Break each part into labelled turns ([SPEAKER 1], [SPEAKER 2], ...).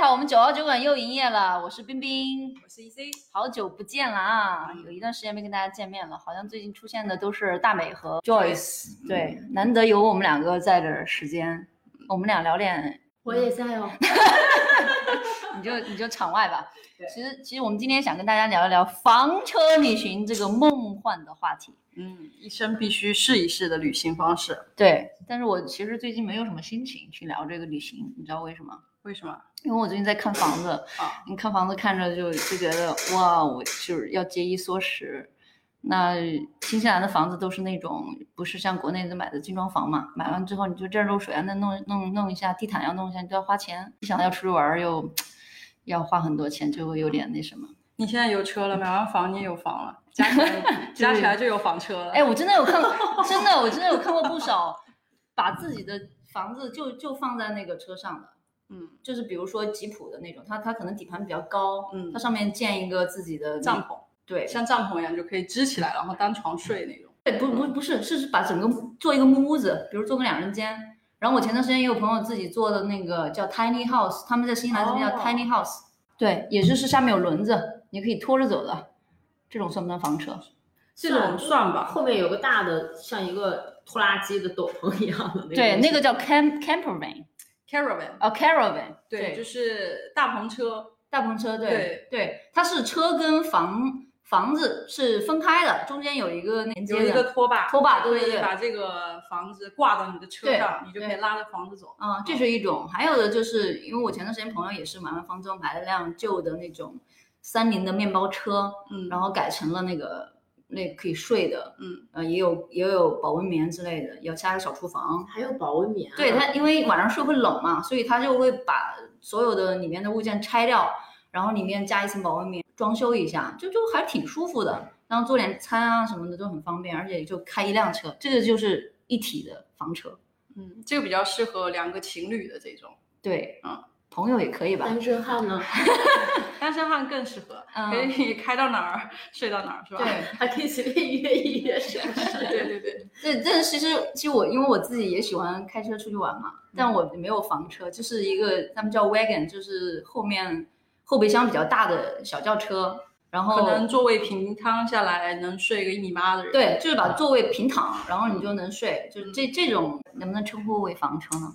[SPEAKER 1] 好，我们九号酒馆又营业了，我是冰冰，
[SPEAKER 2] 我是 EC，
[SPEAKER 1] 好久不见了啊，有一段时间没跟大家见面了，好像最近出现的都是大美和 Joyce，对，
[SPEAKER 3] 嗯
[SPEAKER 1] 难得有我们两个在这儿时间，我们俩聊点，
[SPEAKER 3] 我也在哦。
[SPEAKER 1] 你就你就场外吧
[SPEAKER 2] 对。
[SPEAKER 1] 其实其实我们今天想跟大家聊一聊房车旅行这个梦幻的话题。
[SPEAKER 2] 嗯，一生必须试一试的旅行方式，
[SPEAKER 1] 对，但是我其实最近没有什么心情去聊这个旅行，你知道为什么？
[SPEAKER 2] 为什么？
[SPEAKER 1] 因为我最近在看房子，
[SPEAKER 2] 啊
[SPEAKER 1] 你看房子看着就就觉得哇，我就是要节衣缩食。那新西兰的房子都是那种不是像国内的买的精装房嘛，买完之后你就这儿漏水啊，那弄弄弄一下地毯要弄一下，你就要花钱。一想到要出去玩儿又要花很多钱，就会有点那什么。
[SPEAKER 2] 你现在有车了，买完房你也有房了，加起 来加起来就有房车了。
[SPEAKER 1] 哎，我真的有看，真的我真的有看过不少 把自己的房子就就放在那个车上的，
[SPEAKER 2] 嗯，
[SPEAKER 1] 就是比如说吉普的那种，它它可能底盘比较高，
[SPEAKER 2] 嗯
[SPEAKER 1] 它上面建一个自己的那
[SPEAKER 2] 帐，篷
[SPEAKER 1] 对，
[SPEAKER 2] 像帐篷一样就可以支起来，然后当床睡那种。
[SPEAKER 1] 对，不不不是，是是把整个做一个木屋子，比如做个两人间。然后我前段时间也有朋友自己做的那个叫 tiny house，他们在新西兰这边叫
[SPEAKER 2] 哦
[SPEAKER 1] tiny house，、对，也就是下面有轮子，你可以拖着走的，这种算不算房车？
[SPEAKER 2] 这种算吧，
[SPEAKER 3] 后面有个大的，像一个拖拉机的斗篷一样的那个。
[SPEAKER 1] 对，那个。叫 camp camper van
[SPEAKER 2] 哦 caravan，
[SPEAKER 1] 啊 caravan，
[SPEAKER 2] 对，就是大篷车，
[SPEAKER 1] 大篷车，对
[SPEAKER 2] 对
[SPEAKER 1] 它是车跟房房子是分开的，中间有一个那连接
[SPEAKER 2] 有
[SPEAKER 1] 的
[SPEAKER 2] 一个拖把，
[SPEAKER 1] 拖把
[SPEAKER 2] 可
[SPEAKER 1] 对对
[SPEAKER 2] 以
[SPEAKER 1] 对
[SPEAKER 2] 把这个房子挂到你的车
[SPEAKER 1] 对
[SPEAKER 2] 上，你就可以
[SPEAKER 1] 对
[SPEAKER 2] 拉着房子走。
[SPEAKER 1] 啊、这是一种。还有的就是，因为我前段时间朋友也是买完房之后买了辆旧的那种三菱的面包车，
[SPEAKER 2] 嗯，
[SPEAKER 1] 然后改成了那个那可以睡的，
[SPEAKER 2] 嗯，
[SPEAKER 1] 呃，也有也有保温棉之类的，要加个小厨房。
[SPEAKER 3] 还有保温棉、啊。
[SPEAKER 1] 对它，因为晚上睡会冷嘛，所以它就会把所有的里面的物件拆掉，然后里面加一层保温棉，装修一下，就就还挺舒服的。然后做点餐啊什么的都很方便，而且就开一辆车，这个就是一体的房车。
[SPEAKER 2] 嗯，这个比较适合两个情侣的这种，
[SPEAKER 1] 对，
[SPEAKER 2] 嗯，
[SPEAKER 1] 朋友也可以吧。
[SPEAKER 3] 单身汉呢，
[SPEAKER 2] 单身汉更适合，
[SPEAKER 1] 嗯
[SPEAKER 2] 可以开到哪儿睡到哪儿，是吧？
[SPEAKER 1] 对，
[SPEAKER 3] 还可以随便约 一约，是不是？
[SPEAKER 2] 对对对，
[SPEAKER 1] 这这其实其实我因为我自己也喜欢开车出去玩嘛，
[SPEAKER 2] 嗯
[SPEAKER 1] 但我没有房车，就是一个他们叫 wagon，就是后面后备箱比较大的小轿车，然
[SPEAKER 2] 可能
[SPEAKER 1] 后
[SPEAKER 2] 座位平摊下来能睡个一米八的人。，
[SPEAKER 1] 哦对，就是把座位平躺，然后你就能睡，就是这这种能不能称呼为房车呢？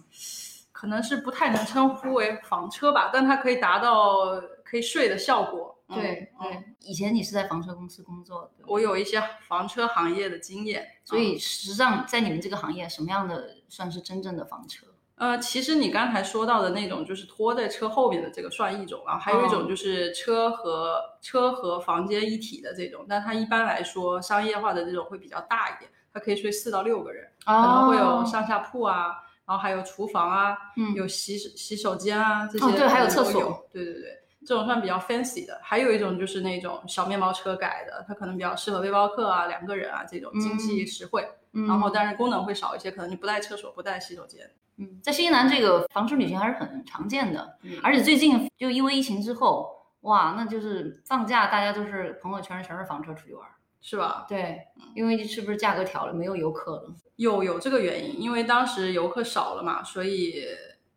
[SPEAKER 2] 可能是不太能称呼为房车吧，但它可以达到可以睡的效果。嗯嗯，
[SPEAKER 1] 对，以前你是在房车公司工作的，
[SPEAKER 2] 我有一些房车行业的经验，
[SPEAKER 1] 所以实际上在你们这个行业，什么样的算是真正的房车？
[SPEAKER 2] 呃，其实你刚才说到的那种，就是拖在车后面的这个算一种，啊然后还有一
[SPEAKER 1] 哦
[SPEAKER 2] 种就是车和、车和房间一体的这种，但它一般来说商业化的这种会比较大一点，它可以睡四到六个人，
[SPEAKER 1] 可
[SPEAKER 2] 啊可能会有上下铺啊，然后还有厨房啊，
[SPEAKER 1] 哦嗯
[SPEAKER 2] 有洗手洗手间啊这些、
[SPEAKER 1] 哦对还有厕所，
[SPEAKER 2] 对对对，这种算比较 fancy 的。还有一种就是那种小面包车改的，它可能比较适合背包客啊、两个人啊这种经济实惠，然后
[SPEAKER 1] 嗯
[SPEAKER 2] 但是功能会少一些，可能你不带厕所、不带洗手间。
[SPEAKER 1] 嗯，在新西兰这个房车旅行还是很常见的，
[SPEAKER 2] 嗯
[SPEAKER 1] 而且最近就因为疫情之后，哇，那就是放假大家都是朋友圈全是房车出去玩儿。嗯
[SPEAKER 2] 是吧？
[SPEAKER 1] 对，因为是不是价格调了，没有游客了？
[SPEAKER 2] 有有这个原因，因为当时游客少了嘛，所以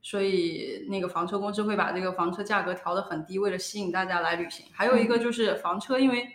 [SPEAKER 2] 所以那个房车公司会把这个房车价格调得很低，为了吸引大家来旅行。还有一个就是房车，因为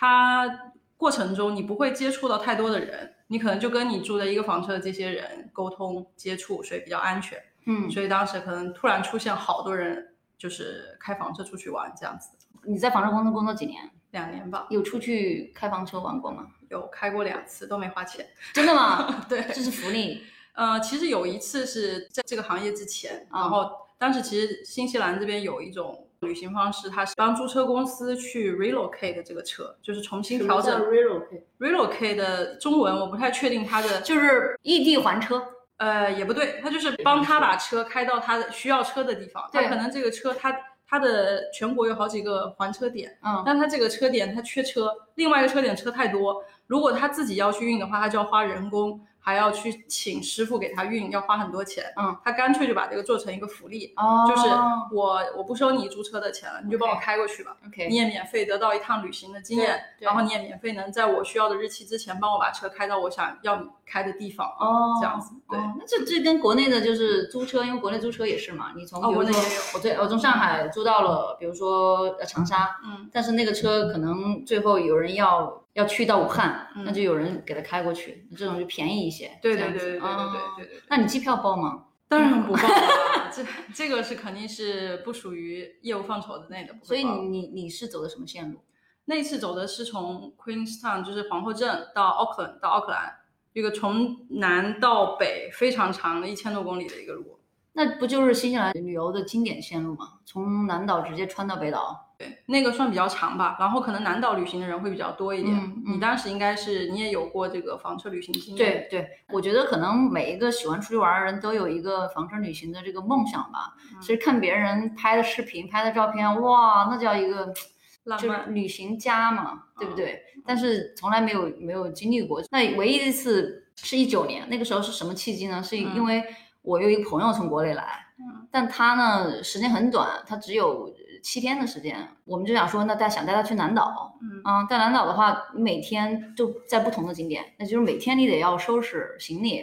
[SPEAKER 2] 它过程中你不会接触到太多的人，你可能就跟你住在一个房车的这些人沟通接触，所以比较安全。
[SPEAKER 1] 嗯，
[SPEAKER 2] 所以当时可能突然出现好多人，就是开房车出去玩这样子，
[SPEAKER 1] 你在房车公司工作几年？
[SPEAKER 2] 两年吧，
[SPEAKER 1] 有出去开房车玩过吗？
[SPEAKER 2] 有开过两次都没花钱。
[SPEAKER 1] 真的吗？
[SPEAKER 2] 对，
[SPEAKER 1] 这是福利。
[SPEAKER 2] 呃，其实有一次是在这个行业之前，
[SPEAKER 1] 啊
[SPEAKER 2] 然
[SPEAKER 3] 嗯
[SPEAKER 2] 后当时其实新西兰这边有一种旅行方式，它是帮租车公司去 relocate 这个车，就是重新调
[SPEAKER 3] 什么
[SPEAKER 2] 整
[SPEAKER 3] 叫 relocate
[SPEAKER 2] relocate 的中文我不太确定它的，
[SPEAKER 1] 就是异地还车，
[SPEAKER 2] 呃，也不对，它就是帮他把车开到他的需要车的地方，他
[SPEAKER 1] 对
[SPEAKER 2] 可能这个车它它的全国有好几个还车点。
[SPEAKER 1] 嗯，
[SPEAKER 2] 但他这个车点他缺车，另外一个车点车太多，如果他自己要去运的话，他就要花人工，还要去请师傅给他运，要花很多钱。
[SPEAKER 1] 嗯，
[SPEAKER 2] 他干脆就把这个做成一个福利，
[SPEAKER 1] 哦，
[SPEAKER 2] 就是我我不收你租车的钱了，你就帮我
[SPEAKER 1] OK
[SPEAKER 2] 开过去吧。
[SPEAKER 1] OK，
[SPEAKER 2] 你也免费得到一趟旅行的经验，
[SPEAKER 1] 对对
[SPEAKER 2] 然后你也免费能在我需要的日期之前帮我把车开到我想要你开的地方，
[SPEAKER 1] 哦，
[SPEAKER 2] 这样子。对，
[SPEAKER 1] 哦，那这这跟国内的就是租车，因为国内租车也是嘛，你从
[SPEAKER 2] 哦
[SPEAKER 1] 比如
[SPEAKER 2] 国内
[SPEAKER 1] 说
[SPEAKER 2] 也有
[SPEAKER 1] 我对我从上海租到了，比如说呃长沙，
[SPEAKER 2] 嗯，
[SPEAKER 1] 但是那个车可能最后有人要要去到武汉，
[SPEAKER 2] 嗯
[SPEAKER 1] 那就有人给他开过去，这种就便宜一些。
[SPEAKER 2] 对
[SPEAKER 1] 这
[SPEAKER 2] 对
[SPEAKER 1] 样
[SPEAKER 2] 对
[SPEAKER 1] 子
[SPEAKER 2] 对对
[SPEAKER 1] 哦
[SPEAKER 2] 对对对对，
[SPEAKER 1] 那你机票包吗？
[SPEAKER 2] 当然 不报了，这这个是肯定是不属于业务范畴之内的，不会
[SPEAKER 1] 所以
[SPEAKER 2] 报
[SPEAKER 1] 你你你是走的什么线路？
[SPEAKER 2] 那一次走的是从 Queenstown，就是皇后镇到 Auckland，到奥克兰，一个从南到北非常长的一千多公里的一个路。
[SPEAKER 1] 那不就是新西兰旅游的经典线路吗？从南岛直接穿到北岛。
[SPEAKER 2] 那个算比较长吧，然后可能南岛旅行的人会比较多一点。
[SPEAKER 1] 嗯嗯
[SPEAKER 2] 你当时应该是你也有过这个房车旅行经验，
[SPEAKER 1] 对对，嗯我觉得可能每一个喜欢出去玩儿的人都有一个房车旅行的这个梦想吧。
[SPEAKER 2] 嗯
[SPEAKER 1] 其实看别人拍的视频、拍的照片，哇，那叫一个
[SPEAKER 2] 浪
[SPEAKER 1] 就是
[SPEAKER 2] 漫。
[SPEAKER 1] 旅行家嘛，对不对？
[SPEAKER 2] 啊
[SPEAKER 1] 但是从来没有没有经历过。那唯一一次是一九年，那个时候是什么契机呢？是因
[SPEAKER 2] 嗯
[SPEAKER 1] 为我有一个朋友从国内来，
[SPEAKER 2] 嗯
[SPEAKER 1] 但他呢时间很短，他只有七天的时间，我们就想说，那带想带他去南岛。
[SPEAKER 2] 嗯
[SPEAKER 1] 啊，带南岛的话，你每天就在不同的景点，那就是每天你得要收拾行李，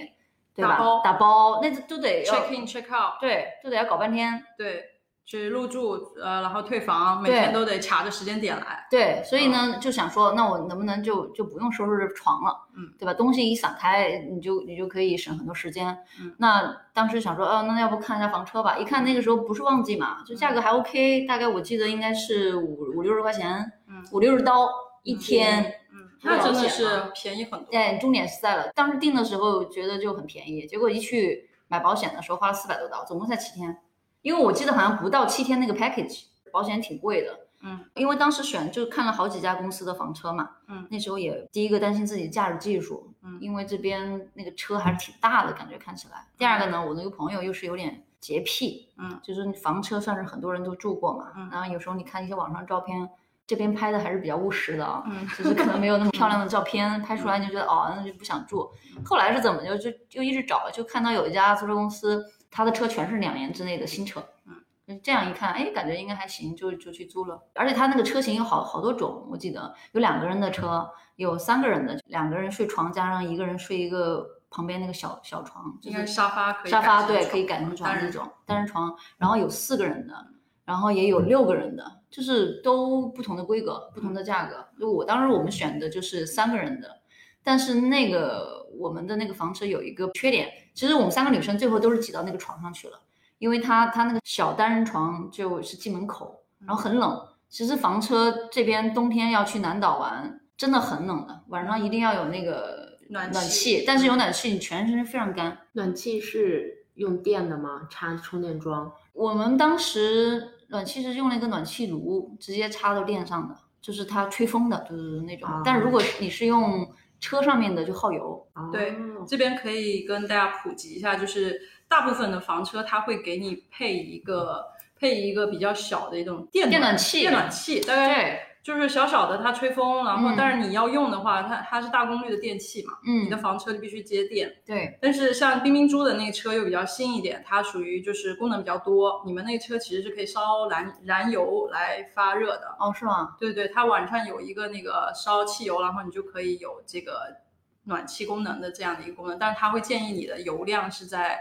[SPEAKER 1] 对
[SPEAKER 2] 打
[SPEAKER 1] 吧？
[SPEAKER 2] 包
[SPEAKER 1] 打包，那都得要
[SPEAKER 2] check in check out，
[SPEAKER 1] 对，都得要搞半天。
[SPEAKER 2] 对，去入住，呃，然后退房，每
[SPEAKER 1] 对
[SPEAKER 2] 天都得卡着时间点来。
[SPEAKER 1] 对，所以呢，就想说，那我能不能就就不用收拾床了，
[SPEAKER 2] 嗯，
[SPEAKER 1] 对吧？东西一散开，你就你就可以省很多时间。
[SPEAKER 2] 嗯
[SPEAKER 1] 那当时想说，哦，那要不看一下房车吧？一看那个时候不是旺季嘛，就价格还 OK，大概我记得应该是五五六十块钱，
[SPEAKER 2] 嗯
[SPEAKER 1] 五六十刀一天。
[SPEAKER 2] 嗯，那
[SPEAKER 1] 对
[SPEAKER 2] 真的
[SPEAKER 1] 保险
[SPEAKER 2] 是
[SPEAKER 1] 嘛
[SPEAKER 2] 便宜很多。
[SPEAKER 1] 哎，重点是在了，当时订的时候觉得就很便宜，结果一去买保险的时候花了四百多刀，总共才七天，因为我记得好像不到七天那个 package 保险挺贵的。
[SPEAKER 2] 嗯，
[SPEAKER 1] 因为当时选就看了好几家公司的房车嘛，
[SPEAKER 2] 嗯
[SPEAKER 1] 那时候也第一个担心自己驾驶技术，
[SPEAKER 2] 嗯
[SPEAKER 1] 因为这边那个车还是挺大的，感觉看起来。第二个呢，我那个朋友又是有点洁癖，
[SPEAKER 2] 嗯，
[SPEAKER 1] 就是房车算是很多人都住过嘛，
[SPEAKER 2] 嗯
[SPEAKER 1] 然后有时候你看一些网上照片，这边拍的还是比较务实的啊、
[SPEAKER 2] 嗯
[SPEAKER 1] 就是可能没 有那么漂亮的照片，拍出来你就觉得哦，那就不想住。后来是怎么就就就一直找，就看到有一家租车公司，他的车全是两年之内的新车，嗯，这样一看，哎，感觉应该还行，就就去租了。而且他那个车型有好好多种，我记得有两个人的车，有三个人的，两个人睡床加上一个人睡一个旁边那个小小床，就
[SPEAKER 2] 应该
[SPEAKER 1] 是
[SPEAKER 2] 是沙发可以
[SPEAKER 1] 沙
[SPEAKER 2] 改
[SPEAKER 1] 发
[SPEAKER 2] 成
[SPEAKER 1] 对
[SPEAKER 2] 床
[SPEAKER 1] 可以改成床
[SPEAKER 2] 单
[SPEAKER 1] 那
[SPEAKER 2] 人
[SPEAKER 1] 种单人床，然后有四个人的，然后也有六个人的，就是都不同的规格、不同的价格。就我当时我们选的就是三个人的，但是那个我们的那个房车有一个缺点，其实我们三个女生最后都是挤到那个床上去了，因为它它那个小单人床就是进门口，
[SPEAKER 2] 嗯
[SPEAKER 1] 然后很冷。其实房车这边冬天要去南岛玩，真的很冷的，晚上一定要有那个
[SPEAKER 2] 暖
[SPEAKER 1] 嗯暖
[SPEAKER 2] 气
[SPEAKER 1] 气，嗯但是有暖气你全身非常干。
[SPEAKER 3] 暖气是用电的吗？插充电桩？
[SPEAKER 1] 我们当时暖气是用了一个暖气炉，直接插到电上的，就是它吹风的，就是那种。
[SPEAKER 3] 啊
[SPEAKER 1] 但如果你是用车上面的，就耗油。
[SPEAKER 3] 哦
[SPEAKER 2] 对这边可以跟大家普及一下，就是大部分的房车它会给你配一个配一个比较小的一种电
[SPEAKER 1] 电暖器
[SPEAKER 2] 电暖器大概
[SPEAKER 1] 对，
[SPEAKER 2] 就是小小的，它吹风，然后
[SPEAKER 1] 嗯
[SPEAKER 2] 但是你要用的话，它它是大功率的电器嘛，你的
[SPEAKER 1] 嗯，
[SPEAKER 2] 房车就必须接电。
[SPEAKER 1] 对，
[SPEAKER 2] 但是像冰冰猪的那个车又比较新一点，它属于就是功能比较多，你们那个车其实是可以烧燃燃油来发热的，
[SPEAKER 1] 哦，是吗？
[SPEAKER 2] 对对，它晚上有一个那个烧汽油，然后你就可以有这个暖气功能的这样的一个功能，但是它会建议你的油量是在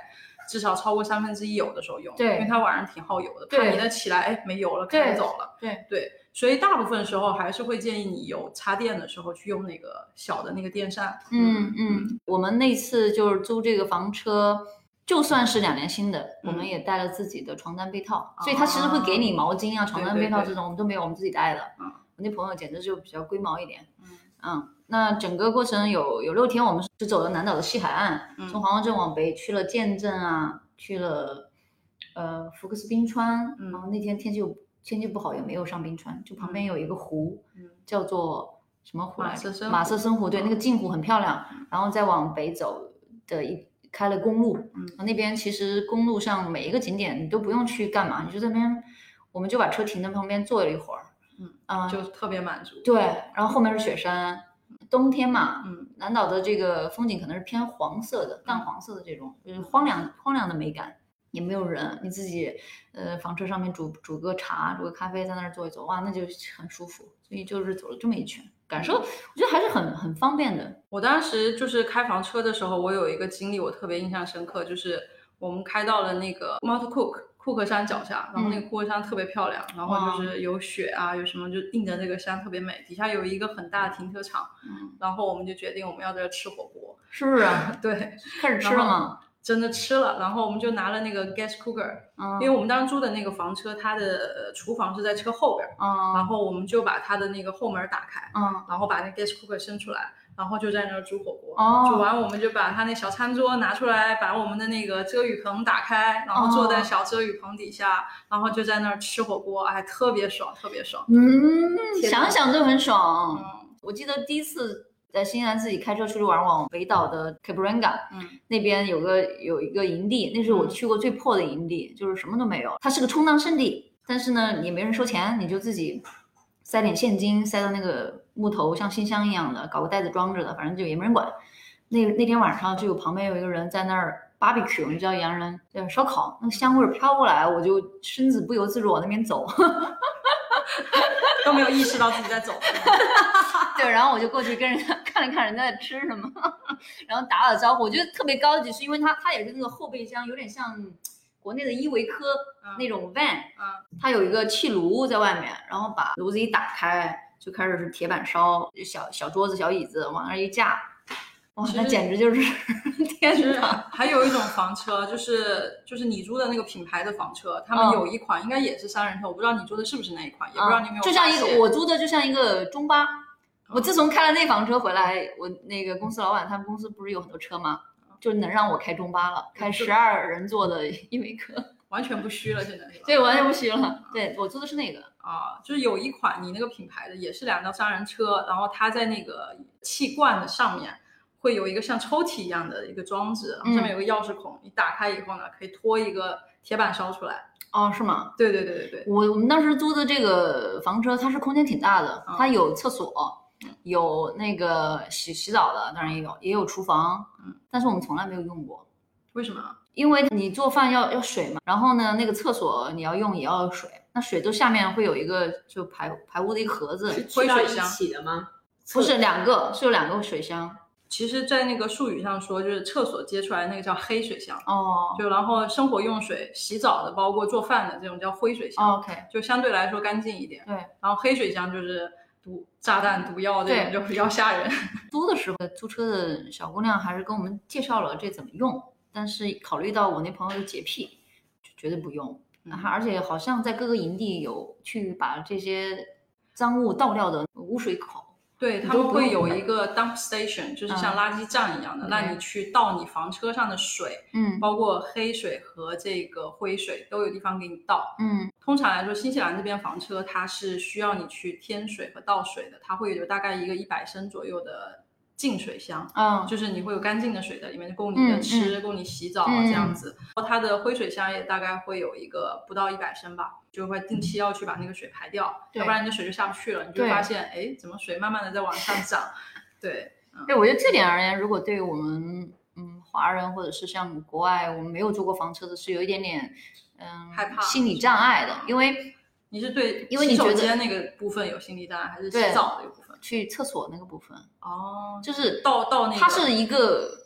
[SPEAKER 2] 至少超过三分之一油的时候用，
[SPEAKER 1] 对
[SPEAKER 2] 因为它晚上挺耗油的，怕
[SPEAKER 1] 对
[SPEAKER 2] 你的起来哎没油了，
[SPEAKER 1] 对
[SPEAKER 2] 开走了，
[SPEAKER 1] 对
[SPEAKER 2] 对，所以大部分时候还是会建议你有插电的时候去用那个小的那个电扇，
[SPEAKER 1] 嗯嗯，我们那次就是租这个房车。就算是两年新的，我们
[SPEAKER 2] 嗯啊
[SPEAKER 1] 也带了自己的床单被套，所以它其实会给你毛巾啊、床单
[SPEAKER 2] 对对
[SPEAKER 1] 被套
[SPEAKER 2] 对
[SPEAKER 1] 这种，我们都没有，我们自己带的。
[SPEAKER 2] 嗯
[SPEAKER 1] 我那朋友简直就比较龟毛一点，
[SPEAKER 2] 嗯
[SPEAKER 1] 嗯，那整个过程有有六天，我们是走了南岛的西海岸，
[SPEAKER 2] 嗯
[SPEAKER 1] 从皇后镇往北去了剑镇啊，去了呃福克斯冰川，
[SPEAKER 2] 嗯
[SPEAKER 1] 然后那天天气又天气不好，也没有上冰川，就旁边有一个湖、
[SPEAKER 2] 嗯
[SPEAKER 1] 叫做什么湖来
[SPEAKER 2] 马瑟
[SPEAKER 1] 着？
[SPEAKER 2] 森
[SPEAKER 1] 马
[SPEAKER 2] 湖嗯
[SPEAKER 1] 瑟森湖，对，那个镜湖很漂亮，然后再往北走的一开了公路，
[SPEAKER 2] 嗯
[SPEAKER 1] 那边其实公路上每一个景点你都不用去干嘛，你就在那边，我们就把车停在旁边坐了一会儿，
[SPEAKER 2] 嗯
[SPEAKER 1] 啊、
[SPEAKER 2] 就特别满足，
[SPEAKER 1] 对，然后后面是雪山，冬天嘛，
[SPEAKER 2] 嗯，
[SPEAKER 1] 南岛的这个风景可能是偏黄色的、淡黄色的这种，就是荒凉荒凉的美感，也没有人，你自己呃房车上面煮煮个茶、煮个咖啡，在那儿坐一坐，哇，那就很舒服。所以就是走了这么一圈，感受我觉得还是很很方便的。
[SPEAKER 2] 我当时就是开房车的时候，我有一个经历，我特别印象深刻，就是我们开到了那个 Mount Cook 库克山脚下，然后那个库克山特别漂亮，然后就是有雪啊，有什么就映着那个山特别美，底下有一个很大的停车场，
[SPEAKER 1] 嗯，
[SPEAKER 2] 然后我们就决定我们要在这吃火锅，
[SPEAKER 1] 是不是啊？
[SPEAKER 2] 对，
[SPEAKER 1] 开始吃了吗？
[SPEAKER 2] 真的吃了，然后我们就拿了那个 gas cooker，
[SPEAKER 1] 嗯，
[SPEAKER 2] 因为我们当时租的那个房车，它的呃厨房是在车后边儿，
[SPEAKER 1] 嗯
[SPEAKER 2] 然后我们就把它的那个后门打开，
[SPEAKER 1] 嗯
[SPEAKER 2] 然后把那 gas cooker 伸出来，然后就在那儿煮火锅。
[SPEAKER 1] 哦
[SPEAKER 2] 煮完我们就把他那小餐桌拿出来，把我们的那个遮雨棚打开，然后
[SPEAKER 1] 哦
[SPEAKER 2] 坐在小遮雨棚底下，然后就在那儿吃火锅，哎，特别爽，特别爽。
[SPEAKER 1] 嗯，
[SPEAKER 2] 铁
[SPEAKER 1] 想
[SPEAKER 2] 道
[SPEAKER 1] 想就很爽。
[SPEAKER 2] 嗯
[SPEAKER 1] 我记得第一次在新西兰自己开车出去玩，往北岛的 Cabringa
[SPEAKER 2] 嗯
[SPEAKER 1] 那边有个有一个营地，那是我去过最破的营地，就是什么都没有，它是个充当圣地，但是呢也没人收钱，你就自己塞点现金塞到那个木头像信箱一样的，搞个袋子装着的，反正就也没人管。那那天晚上就有旁边有一个人在那儿 barbecue，你知道洋人对烧烤，那个香味儿飘过来，我就身子不由自主往那边走。
[SPEAKER 2] 都没有意识到自己在走。
[SPEAKER 1] 对，然后我就过去跟人家 看了看人家在吃什么，然后打打招呼，我觉得特别高级，是因为它它也是那个后备箱，有点像国内的依维柯
[SPEAKER 2] 嗯
[SPEAKER 1] 那种 van，
[SPEAKER 2] 嗯
[SPEAKER 1] 它有一个气炉在外面，然后把炉子一打开，就开始是铁板烧，小小桌子、小椅子往那儿一架，哇，
[SPEAKER 2] 其
[SPEAKER 1] 那
[SPEAKER 2] 实
[SPEAKER 1] 简直就是
[SPEAKER 2] 其
[SPEAKER 1] 天
[SPEAKER 2] 实
[SPEAKER 1] 堂。
[SPEAKER 2] 还有一种房车，就是就是你租的那个品牌的房车，他们
[SPEAKER 1] 嗯
[SPEAKER 2] 有一款应该也是三人车，我不知道你租的是不是那一款，也不知道你有没有
[SPEAKER 1] 啊就像
[SPEAKER 2] 发
[SPEAKER 1] 一
[SPEAKER 2] 现嗯
[SPEAKER 1] 个我租的，就像一个中巴。我自从开了那房车回来，我那个公司老板他们公司不是有很多车吗？就能让我开中巴了，开十二人座的依维 柯，
[SPEAKER 2] 完全不虚了，现在是吧？
[SPEAKER 1] 这个完全不虚了。对我租的是那个，
[SPEAKER 2] 啊，就是有一款你那个品牌的也是两辆三人车，然后它在那个气罐的上面会有一个像抽屉一样的一个装置，然后上面
[SPEAKER 1] 嗯
[SPEAKER 2] 有个钥匙孔，你打开以后呢，可以拖一个铁板烧出来。
[SPEAKER 1] 哦，是吗？
[SPEAKER 2] 对对对对对，
[SPEAKER 1] 我我们当时租的这个房车，它是空间挺大的，
[SPEAKER 2] 嗯
[SPEAKER 1] 它有厕所，有那个洗洗澡的，当然也有，也有厨房
[SPEAKER 2] 嗯，
[SPEAKER 1] 但是我们从来没有用过。
[SPEAKER 2] 为什么？
[SPEAKER 1] 因为你做饭要要水嘛，然后呢，那个厕所你要用也要水，那水就下面会有一个就排排污的一个盒子，
[SPEAKER 3] 是
[SPEAKER 2] 灰
[SPEAKER 3] 去到
[SPEAKER 2] 水
[SPEAKER 3] 一
[SPEAKER 2] 箱
[SPEAKER 3] 起的吗？
[SPEAKER 1] 不是两个，是有两个水箱
[SPEAKER 2] 其实，在那个术语上说，就是厕所接出来那个叫黑水箱，
[SPEAKER 1] 哦。
[SPEAKER 2] 就然后生活用水、洗澡的，包括做饭的这种叫灰水箱，
[SPEAKER 1] 哦 OK，
[SPEAKER 2] 就相对来说干净一点。
[SPEAKER 1] 对，
[SPEAKER 2] 然后黑水箱就是毒炸弹、毒药这种，
[SPEAKER 1] 对
[SPEAKER 2] 就比较吓人。
[SPEAKER 1] 租的时候租车的小姑娘还是跟我们介绍了这怎么用，但是考虑到我那朋友的洁癖，就绝对不用。然后而且好像在各个营地有去把这些脏物倒掉的污水口，
[SPEAKER 2] 对
[SPEAKER 1] 你
[SPEAKER 2] 他
[SPEAKER 1] 都
[SPEAKER 2] 们
[SPEAKER 1] 不
[SPEAKER 2] 会
[SPEAKER 1] 用
[SPEAKER 2] 有
[SPEAKER 1] 管
[SPEAKER 2] 一个 dump station，就是像
[SPEAKER 1] 嗯
[SPEAKER 2] 垃圾站一样的，让你去倒你房车上的水，
[SPEAKER 1] 嗯
[SPEAKER 2] 包括黑水和这个灰水都有地方给你倒。
[SPEAKER 1] 嗯
[SPEAKER 2] 通常来说，新西兰这边房车它是需要你去添水和倒水的，它会有大概一个一百升左右的净水箱。
[SPEAKER 1] 嗯
[SPEAKER 2] 就是你会有干净的水在里面，供你的
[SPEAKER 1] 嗯
[SPEAKER 2] 吃，供你洗澡啊
[SPEAKER 1] 嗯
[SPEAKER 2] 这样子。然后它的灰水箱也大概会有一个不到一百升吧，就会定期要去把那个水排掉，
[SPEAKER 1] 对
[SPEAKER 2] 要不然你的水就下不去了，你就
[SPEAKER 1] 嗯
[SPEAKER 2] 会
[SPEAKER 1] 对
[SPEAKER 2] 发现哎，诶怎么水慢慢的在往上涨？对，
[SPEAKER 1] 对，我觉得这点而言，如果对于我们嗯华人或者是像国外我们没有坐过房车的，是有一点点嗯
[SPEAKER 2] 害怕
[SPEAKER 1] 心理
[SPEAKER 2] 是
[SPEAKER 1] 障
[SPEAKER 2] 吗
[SPEAKER 1] 碍的，因为
[SPEAKER 2] 你是对
[SPEAKER 1] 因为你
[SPEAKER 2] 洗手
[SPEAKER 1] 觉得
[SPEAKER 2] 间那个部分有心理障碍，还是洗
[SPEAKER 1] 对
[SPEAKER 2] 澡那个部分？
[SPEAKER 1] 去厕所那个部分，
[SPEAKER 2] 哦，
[SPEAKER 1] 就是
[SPEAKER 2] 倒倒那个，
[SPEAKER 1] 它是一个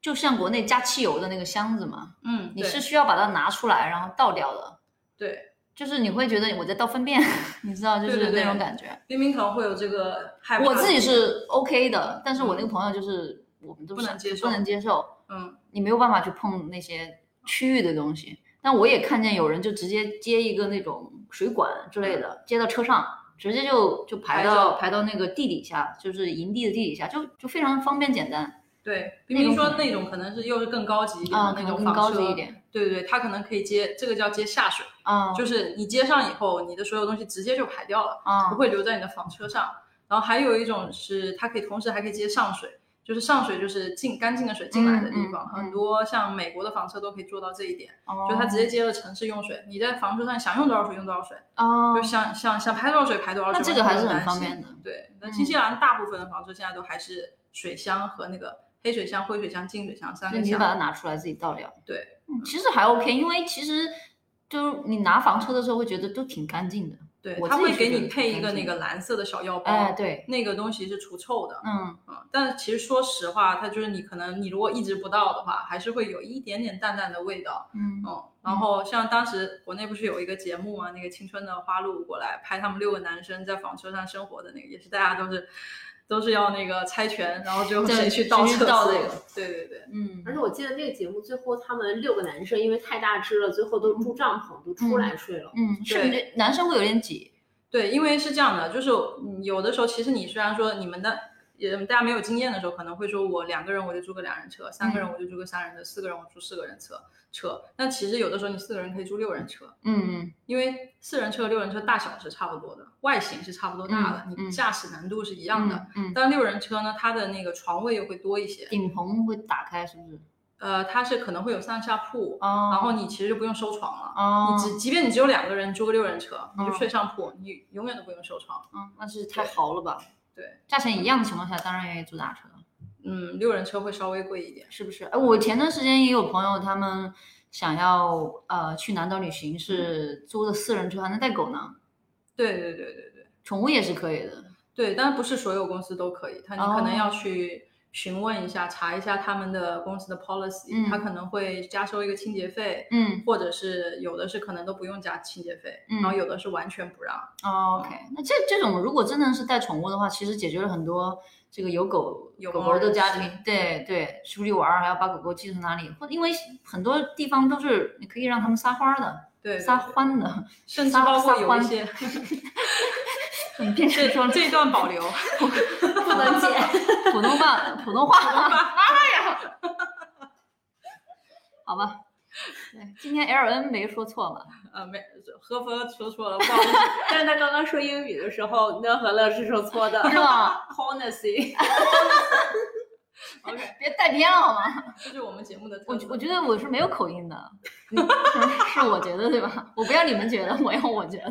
[SPEAKER 1] 就像国内加汽油的那个箱子嘛，
[SPEAKER 2] 嗯，
[SPEAKER 1] 你
[SPEAKER 2] 对
[SPEAKER 1] 是需要把它拿出来然后倒掉的，
[SPEAKER 2] 对，
[SPEAKER 1] 就是你会觉得我在倒粪便， 你知道就
[SPEAKER 2] 对对
[SPEAKER 1] 是那
[SPEAKER 2] 对
[SPEAKER 1] 种感觉。
[SPEAKER 2] 冰冰可能会有这个害怕，
[SPEAKER 1] 我自己是 OK 的，但是我那个朋友就是我们都
[SPEAKER 2] 嗯不
[SPEAKER 1] 是
[SPEAKER 2] 能接
[SPEAKER 1] 不能接受，
[SPEAKER 2] 嗯，
[SPEAKER 1] 你没有办法去碰那些区域的东西。但我也看见有人就直接接一个那种水管之类
[SPEAKER 2] 嗯
[SPEAKER 1] 的，接到车上，直接就就排到
[SPEAKER 2] 排走
[SPEAKER 1] 排到那个地底下，就是营地的地底下，就就非常方便简单
[SPEAKER 2] 对，
[SPEAKER 1] 那
[SPEAKER 2] 冰
[SPEAKER 1] 种
[SPEAKER 2] 冰说
[SPEAKER 1] 可能
[SPEAKER 2] 那种可能是又是更高级一点
[SPEAKER 1] 啊，
[SPEAKER 2] 的
[SPEAKER 1] 可能
[SPEAKER 2] 那种
[SPEAKER 1] 更
[SPEAKER 2] 房
[SPEAKER 1] 高
[SPEAKER 2] 车，
[SPEAKER 1] 级一点
[SPEAKER 2] 对对对，它可能可以接这个叫接下水。
[SPEAKER 1] 啊
[SPEAKER 2] 就是你接上以后，你的所有东西直接就排掉了，
[SPEAKER 1] 啊
[SPEAKER 2] 不会留在你的房车上。然后还有一种是它可以同时还可以接上水，就是上水就是净干净的水进来的地方，
[SPEAKER 1] 嗯嗯嗯
[SPEAKER 2] 很多像美国的房车都可以做到这一点，
[SPEAKER 1] 哦
[SPEAKER 2] 就它直接接了城市用水，你在房车上想用多少水用多少水，
[SPEAKER 1] 哦
[SPEAKER 2] 就，想想想排多少水排多少水，
[SPEAKER 1] 那这个
[SPEAKER 2] 完
[SPEAKER 1] 还
[SPEAKER 2] 全
[SPEAKER 1] 是
[SPEAKER 2] 不
[SPEAKER 1] 很
[SPEAKER 2] 担
[SPEAKER 1] 方
[SPEAKER 2] 心
[SPEAKER 1] 便的。
[SPEAKER 2] 对，那
[SPEAKER 1] 嗯
[SPEAKER 2] 新西兰大部分的房车现在都还是水箱和那个黑水箱、灰水箱、净水箱三
[SPEAKER 1] 就
[SPEAKER 2] 个
[SPEAKER 1] 你就把它
[SPEAKER 2] 箱。
[SPEAKER 1] 拿出来自己倒掉。
[SPEAKER 2] 对
[SPEAKER 1] 嗯，其实还 OK，因为其实就是你拿房车的时候会觉得都挺干净的。
[SPEAKER 2] 对，
[SPEAKER 1] 我
[SPEAKER 2] 它
[SPEAKER 1] 自己
[SPEAKER 2] 会给
[SPEAKER 1] 觉
[SPEAKER 2] 你
[SPEAKER 1] 得
[SPEAKER 2] 配一
[SPEAKER 1] 干
[SPEAKER 2] 个那
[SPEAKER 1] 净
[SPEAKER 2] 个蓝色的小药包，
[SPEAKER 1] 哎，对，
[SPEAKER 2] 那个东西是除臭的。
[SPEAKER 1] 嗯，
[SPEAKER 2] 啊，但其实说实话，它就是你可能你如果抑制不到的话，还是会有一点点淡淡的味道。
[SPEAKER 1] 嗯，
[SPEAKER 2] 嗯，然后像当时国内不是有一个节目嘛，那个《青春的花路》过来拍他们六个男生在房车上生活的那个，也是大家都是都是要那个猜拳，然后最后
[SPEAKER 1] 对
[SPEAKER 2] 谁去
[SPEAKER 1] 谁
[SPEAKER 2] 倒
[SPEAKER 1] 去
[SPEAKER 2] 厕
[SPEAKER 1] 倒
[SPEAKER 2] 所
[SPEAKER 1] 这个。
[SPEAKER 2] 对对对，
[SPEAKER 1] 嗯
[SPEAKER 3] 而且我记得那个节目最后，他们六个男生因为太大只了，最后都住帐篷，都出来睡了。
[SPEAKER 1] 嗯，是不是男生会有点挤？
[SPEAKER 2] 对，因为是这样的，就是嗯有的时候，其实你虽然说你们的也大家没有经验的时候，可能会说我两个人我就租个两人车，三个
[SPEAKER 1] 嗯
[SPEAKER 2] 人我就租个三人车，四个人我租四个人车车。那其实有的时候你四个人可以租六人车，
[SPEAKER 1] 嗯
[SPEAKER 2] 因为四人车、六人车大小是差不多的，外形是差不多大的，
[SPEAKER 1] 嗯嗯
[SPEAKER 2] 你驾驶难度是一
[SPEAKER 1] 这
[SPEAKER 2] 样的。，
[SPEAKER 1] 嗯，嗯
[SPEAKER 2] 但六人车呢，它的那个床位又会多一些，
[SPEAKER 1] 顶棚会打开是不是？
[SPEAKER 2] 呃，它是可能会有上下铺，
[SPEAKER 1] 哦，
[SPEAKER 2] 然后你其实就不用收床了。
[SPEAKER 1] 哦
[SPEAKER 2] 你，只即便你只有两个人租个六人车，你就
[SPEAKER 1] 哦
[SPEAKER 2] 睡上铺，你永远都不用收床。
[SPEAKER 1] 嗯，那是太豪了吧？
[SPEAKER 2] 对，
[SPEAKER 1] 价钱一样的情况下，当然愿意租大车。
[SPEAKER 2] 嗯，六人车会稍微贵一点。
[SPEAKER 1] 是不是？哎，我前段时间也有朋友他们想要呃去南岛旅行，是租的四人车还能带狗呢，
[SPEAKER 2] 对对对对对
[SPEAKER 1] 宠物也是可以的。
[SPEAKER 2] 对，但不是所有公司都可以，他你可能
[SPEAKER 1] 哦
[SPEAKER 2] 要去询问一下，查一下他们的公司的 policy，、
[SPEAKER 1] 嗯
[SPEAKER 2] 他可能会加收一个清洁费。
[SPEAKER 1] 嗯
[SPEAKER 2] 或者是有的是可能都不用加清洁费，
[SPEAKER 1] 嗯
[SPEAKER 2] 然后有的是完全不让。
[SPEAKER 1] 哦，OK，那这这种如果真的是带宠物的话，其实解决了很多这个有狗
[SPEAKER 2] 有
[SPEAKER 1] 狗
[SPEAKER 2] 猫
[SPEAKER 1] 狗的
[SPEAKER 2] 人
[SPEAKER 1] 家
[SPEAKER 2] 士
[SPEAKER 1] 庭，对对，出去玩儿还要把狗狗寄到哪里，或因为很多地方都是你可以让他们撒欢儿的，
[SPEAKER 2] 对，对
[SPEAKER 1] 撒
[SPEAKER 2] 对
[SPEAKER 1] 欢的，
[SPEAKER 2] 甚至
[SPEAKER 1] 撒
[SPEAKER 2] 包括
[SPEAKER 1] 撒
[SPEAKER 2] 有一
[SPEAKER 1] 欢
[SPEAKER 2] 些，
[SPEAKER 1] 怎么变成
[SPEAKER 2] 这
[SPEAKER 1] 说
[SPEAKER 2] 这一段保留。
[SPEAKER 1] 不能解普通 话普通话？好吧，对，今天 L N 没说错 吧？
[SPEAKER 2] 呃，没，何峰说错了，不好意思。
[SPEAKER 3] 但是他刚刚说英语的时候，那和乐是说错的，
[SPEAKER 1] 是吗
[SPEAKER 3] ？Honesty，
[SPEAKER 2] OK，
[SPEAKER 1] 别带偏了好吗？
[SPEAKER 2] 这是我们节目的特
[SPEAKER 1] 我
[SPEAKER 2] 色
[SPEAKER 1] 我觉得我是没有口音的，你是我觉得对吧？我不要你们觉得，我要我觉得。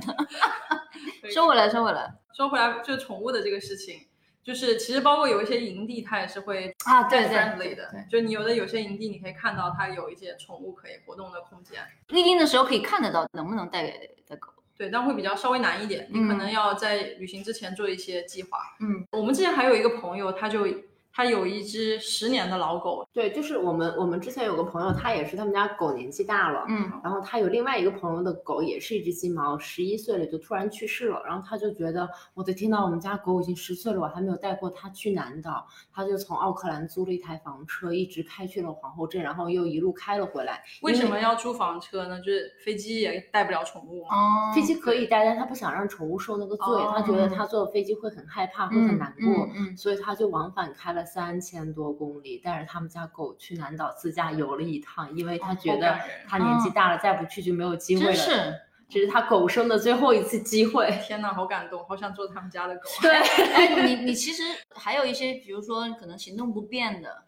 [SPEAKER 2] 可以
[SPEAKER 1] 收回来，收回来
[SPEAKER 2] 说回来，就是宠物的这个事情，就是其实包括有一些营地，它也是会
[SPEAKER 1] 啊！对对
[SPEAKER 2] friendly 的，
[SPEAKER 1] 对
[SPEAKER 2] 就你有的有些营地，你可以看到它有一些宠物可以活动的空间，
[SPEAKER 1] 预定的时候可以看得到能不能带给带狗。
[SPEAKER 2] 对，但会比较稍微难一点，你
[SPEAKER 1] 嗯
[SPEAKER 2] 可能要在旅行之前做一些计划。
[SPEAKER 1] 嗯，
[SPEAKER 2] 我们之前还有一个朋友，他就他有一只十年的老狗，
[SPEAKER 3] 对，就是我们我们之前有个朋友，他也是他们家狗年纪大了，
[SPEAKER 1] 嗯
[SPEAKER 3] 然后他有另外一个朋友的狗，也是一只金毛，十一岁了就突然去世了。然后他就觉得，我的天呐，我们家狗已经十岁了，我还没有带过它去南岛。他就从奥克兰租了一台房车，一直开去了皇后镇，然后又一路开了回来。
[SPEAKER 2] 为
[SPEAKER 3] 因
[SPEAKER 2] 什
[SPEAKER 1] 嗯
[SPEAKER 2] 么要租房车呢？就是飞机也带不了宠物嘛。
[SPEAKER 1] 哦
[SPEAKER 3] 飞机可以带，但他不想让宠物受那个罪，
[SPEAKER 2] 哦
[SPEAKER 3] 他觉得他坐飞机会很害怕，会很难过。
[SPEAKER 1] 嗯嗯，
[SPEAKER 3] 所以他就往返开了三千多公里，带着他们家狗去南岛自驾游了一趟，因为他觉
[SPEAKER 2] 哦好
[SPEAKER 3] 得
[SPEAKER 2] 感人嗯
[SPEAKER 3] 他年纪
[SPEAKER 1] 哦
[SPEAKER 3] 大了，再不去就没有机
[SPEAKER 1] 真
[SPEAKER 3] 会了。
[SPEAKER 1] 是。
[SPEAKER 3] 这是他狗生的最后一次机会。
[SPEAKER 2] 天呐，好感动，好想做他们家的狗。啊
[SPEAKER 3] 对，
[SPEAKER 1] 哎，你你其实还有一些，比如说可能行动不便的，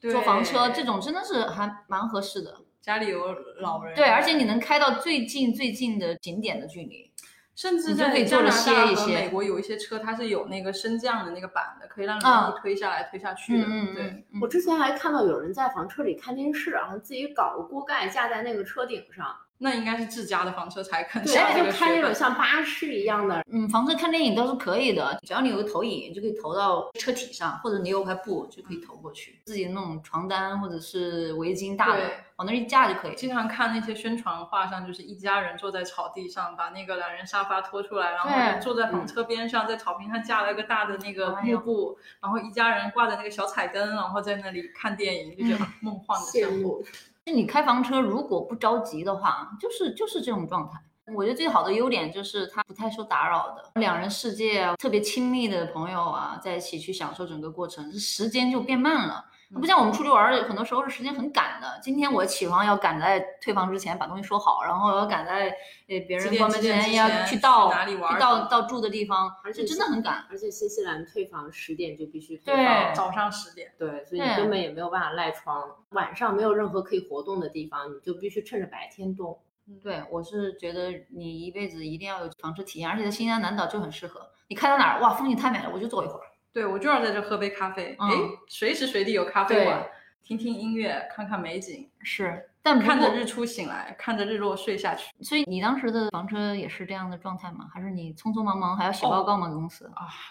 [SPEAKER 2] 对
[SPEAKER 1] 坐房车这种真的是还蛮合适的。
[SPEAKER 2] 家里有老人，啊
[SPEAKER 1] 对，而且你能开到最近最近的景点的距离。
[SPEAKER 2] 甚至
[SPEAKER 1] 你就
[SPEAKER 2] 在
[SPEAKER 1] 可以
[SPEAKER 2] 加
[SPEAKER 1] 坐
[SPEAKER 2] 拿
[SPEAKER 1] 着
[SPEAKER 2] 大
[SPEAKER 1] 歇一
[SPEAKER 2] 和
[SPEAKER 1] 歇
[SPEAKER 2] 美国有一些车，它是有那个升降的那个板的，可以让
[SPEAKER 1] 嗯
[SPEAKER 2] 你推下来、推下去的。对，
[SPEAKER 1] 嗯
[SPEAKER 3] 我之前还看到有人在房车里看电视，然后自己搞个锅盖架在那个车顶上，
[SPEAKER 2] 那应该是自家的房车才肯
[SPEAKER 3] 对，
[SPEAKER 2] 下
[SPEAKER 3] 然
[SPEAKER 2] 这
[SPEAKER 3] 后
[SPEAKER 2] 个
[SPEAKER 3] 就开那
[SPEAKER 2] 雪
[SPEAKER 3] 种
[SPEAKER 2] 板。
[SPEAKER 3] 像巴士一样的，
[SPEAKER 1] 嗯，房车看电影倒是可以的，只要你有个投影，就可以投到车体上，或者你有块布就
[SPEAKER 2] 嗯
[SPEAKER 1] 可以投过去，自己那种床单或者是围巾大的
[SPEAKER 2] 对
[SPEAKER 1] 往那儿一架就可以。
[SPEAKER 2] 经常看那些宣传画上，就是一家人坐在草地上，把那个懒人沙发拖出来，然后
[SPEAKER 1] 对
[SPEAKER 2] 坐在房车边上，在草坪上架了个大的那个
[SPEAKER 1] 哎
[SPEAKER 2] 幕
[SPEAKER 1] 呦
[SPEAKER 2] 布，然后一家人挂着那个小彩灯，然后在那里看电影，就觉得啊梦 幻的生活。
[SPEAKER 3] 慕。
[SPEAKER 1] 就你开房车如果不着急的话，就是就是这种状态。我觉得最好的优点就是它不太受打扰的，两人世界啊，特别亲密的朋友啊，在一起去享受整个过程，时间就变慢了。
[SPEAKER 2] 嗯
[SPEAKER 1] 不像我们出去玩儿，很多时候是时间很赶的。今天我起床要赶在退房之前把东西收好，然后要赶在呃别
[SPEAKER 2] 几
[SPEAKER 1] 人
[SPEAKER 2] 点
[SPEAKER 1] 关门
[SPEAKER 2] 几点
[SPEAKER 1] 前
[SPEAKER 2] 之
[SPEAKER 1] 要
[SPEAKER 2] 前
[SPEAKER 1] 去
[SPEAKER 2] 去
[SPEAKER 1] 到
[SPEAKER 2] 哪里玩儿
[SPEAKER 1] 去到到住的地方，
[SPEAKER 3] 而且
[SPEAKER 1] 这真的很赶。
[SPEAKER 3] 而且新西兰退房十点就必须退
[SPEAKER 1] 对
[SPEAKER 3] 房，
[SPEAKER 2] 早上十点，
[SPEAKER 3] 对，所以你
[SPEAKER 1] 对
[SPEAKER 3] 根
[SPEAKER 2] 嗯
[SPEAKER 3] 本也没有办法赖床，晚上没有任何可以活动的地方，你就必须趁着白天动。
[SPEAKER 1] 嗯对，我是觉得你一辈子一定要有房车体验，而且在新西兰南岛就很适合。你开到哪儿，哇，风景太美了，我就坐一会儿。
[SPEAKER 2] 对我就要在这喝杯咖啡，
[SPEAKER 1] 嗯
[SPEAKER 2] 哎、随时随地有咖啡馆，听听音乐，看看美景，
[SPEAKER 1] 是，但不
[SPEAKER 2] 看着
[SPEAKER 1] 过
[SPEAKER 2] 日出醒来，看着日落睡下去。
[SPEAKER 1] 所以你当时的房车也是这样的状态吗？还是你匆匆忙忙还要写
[SPEAKER 2] 哦
[SPEAKER 1] 报告吗？给公司？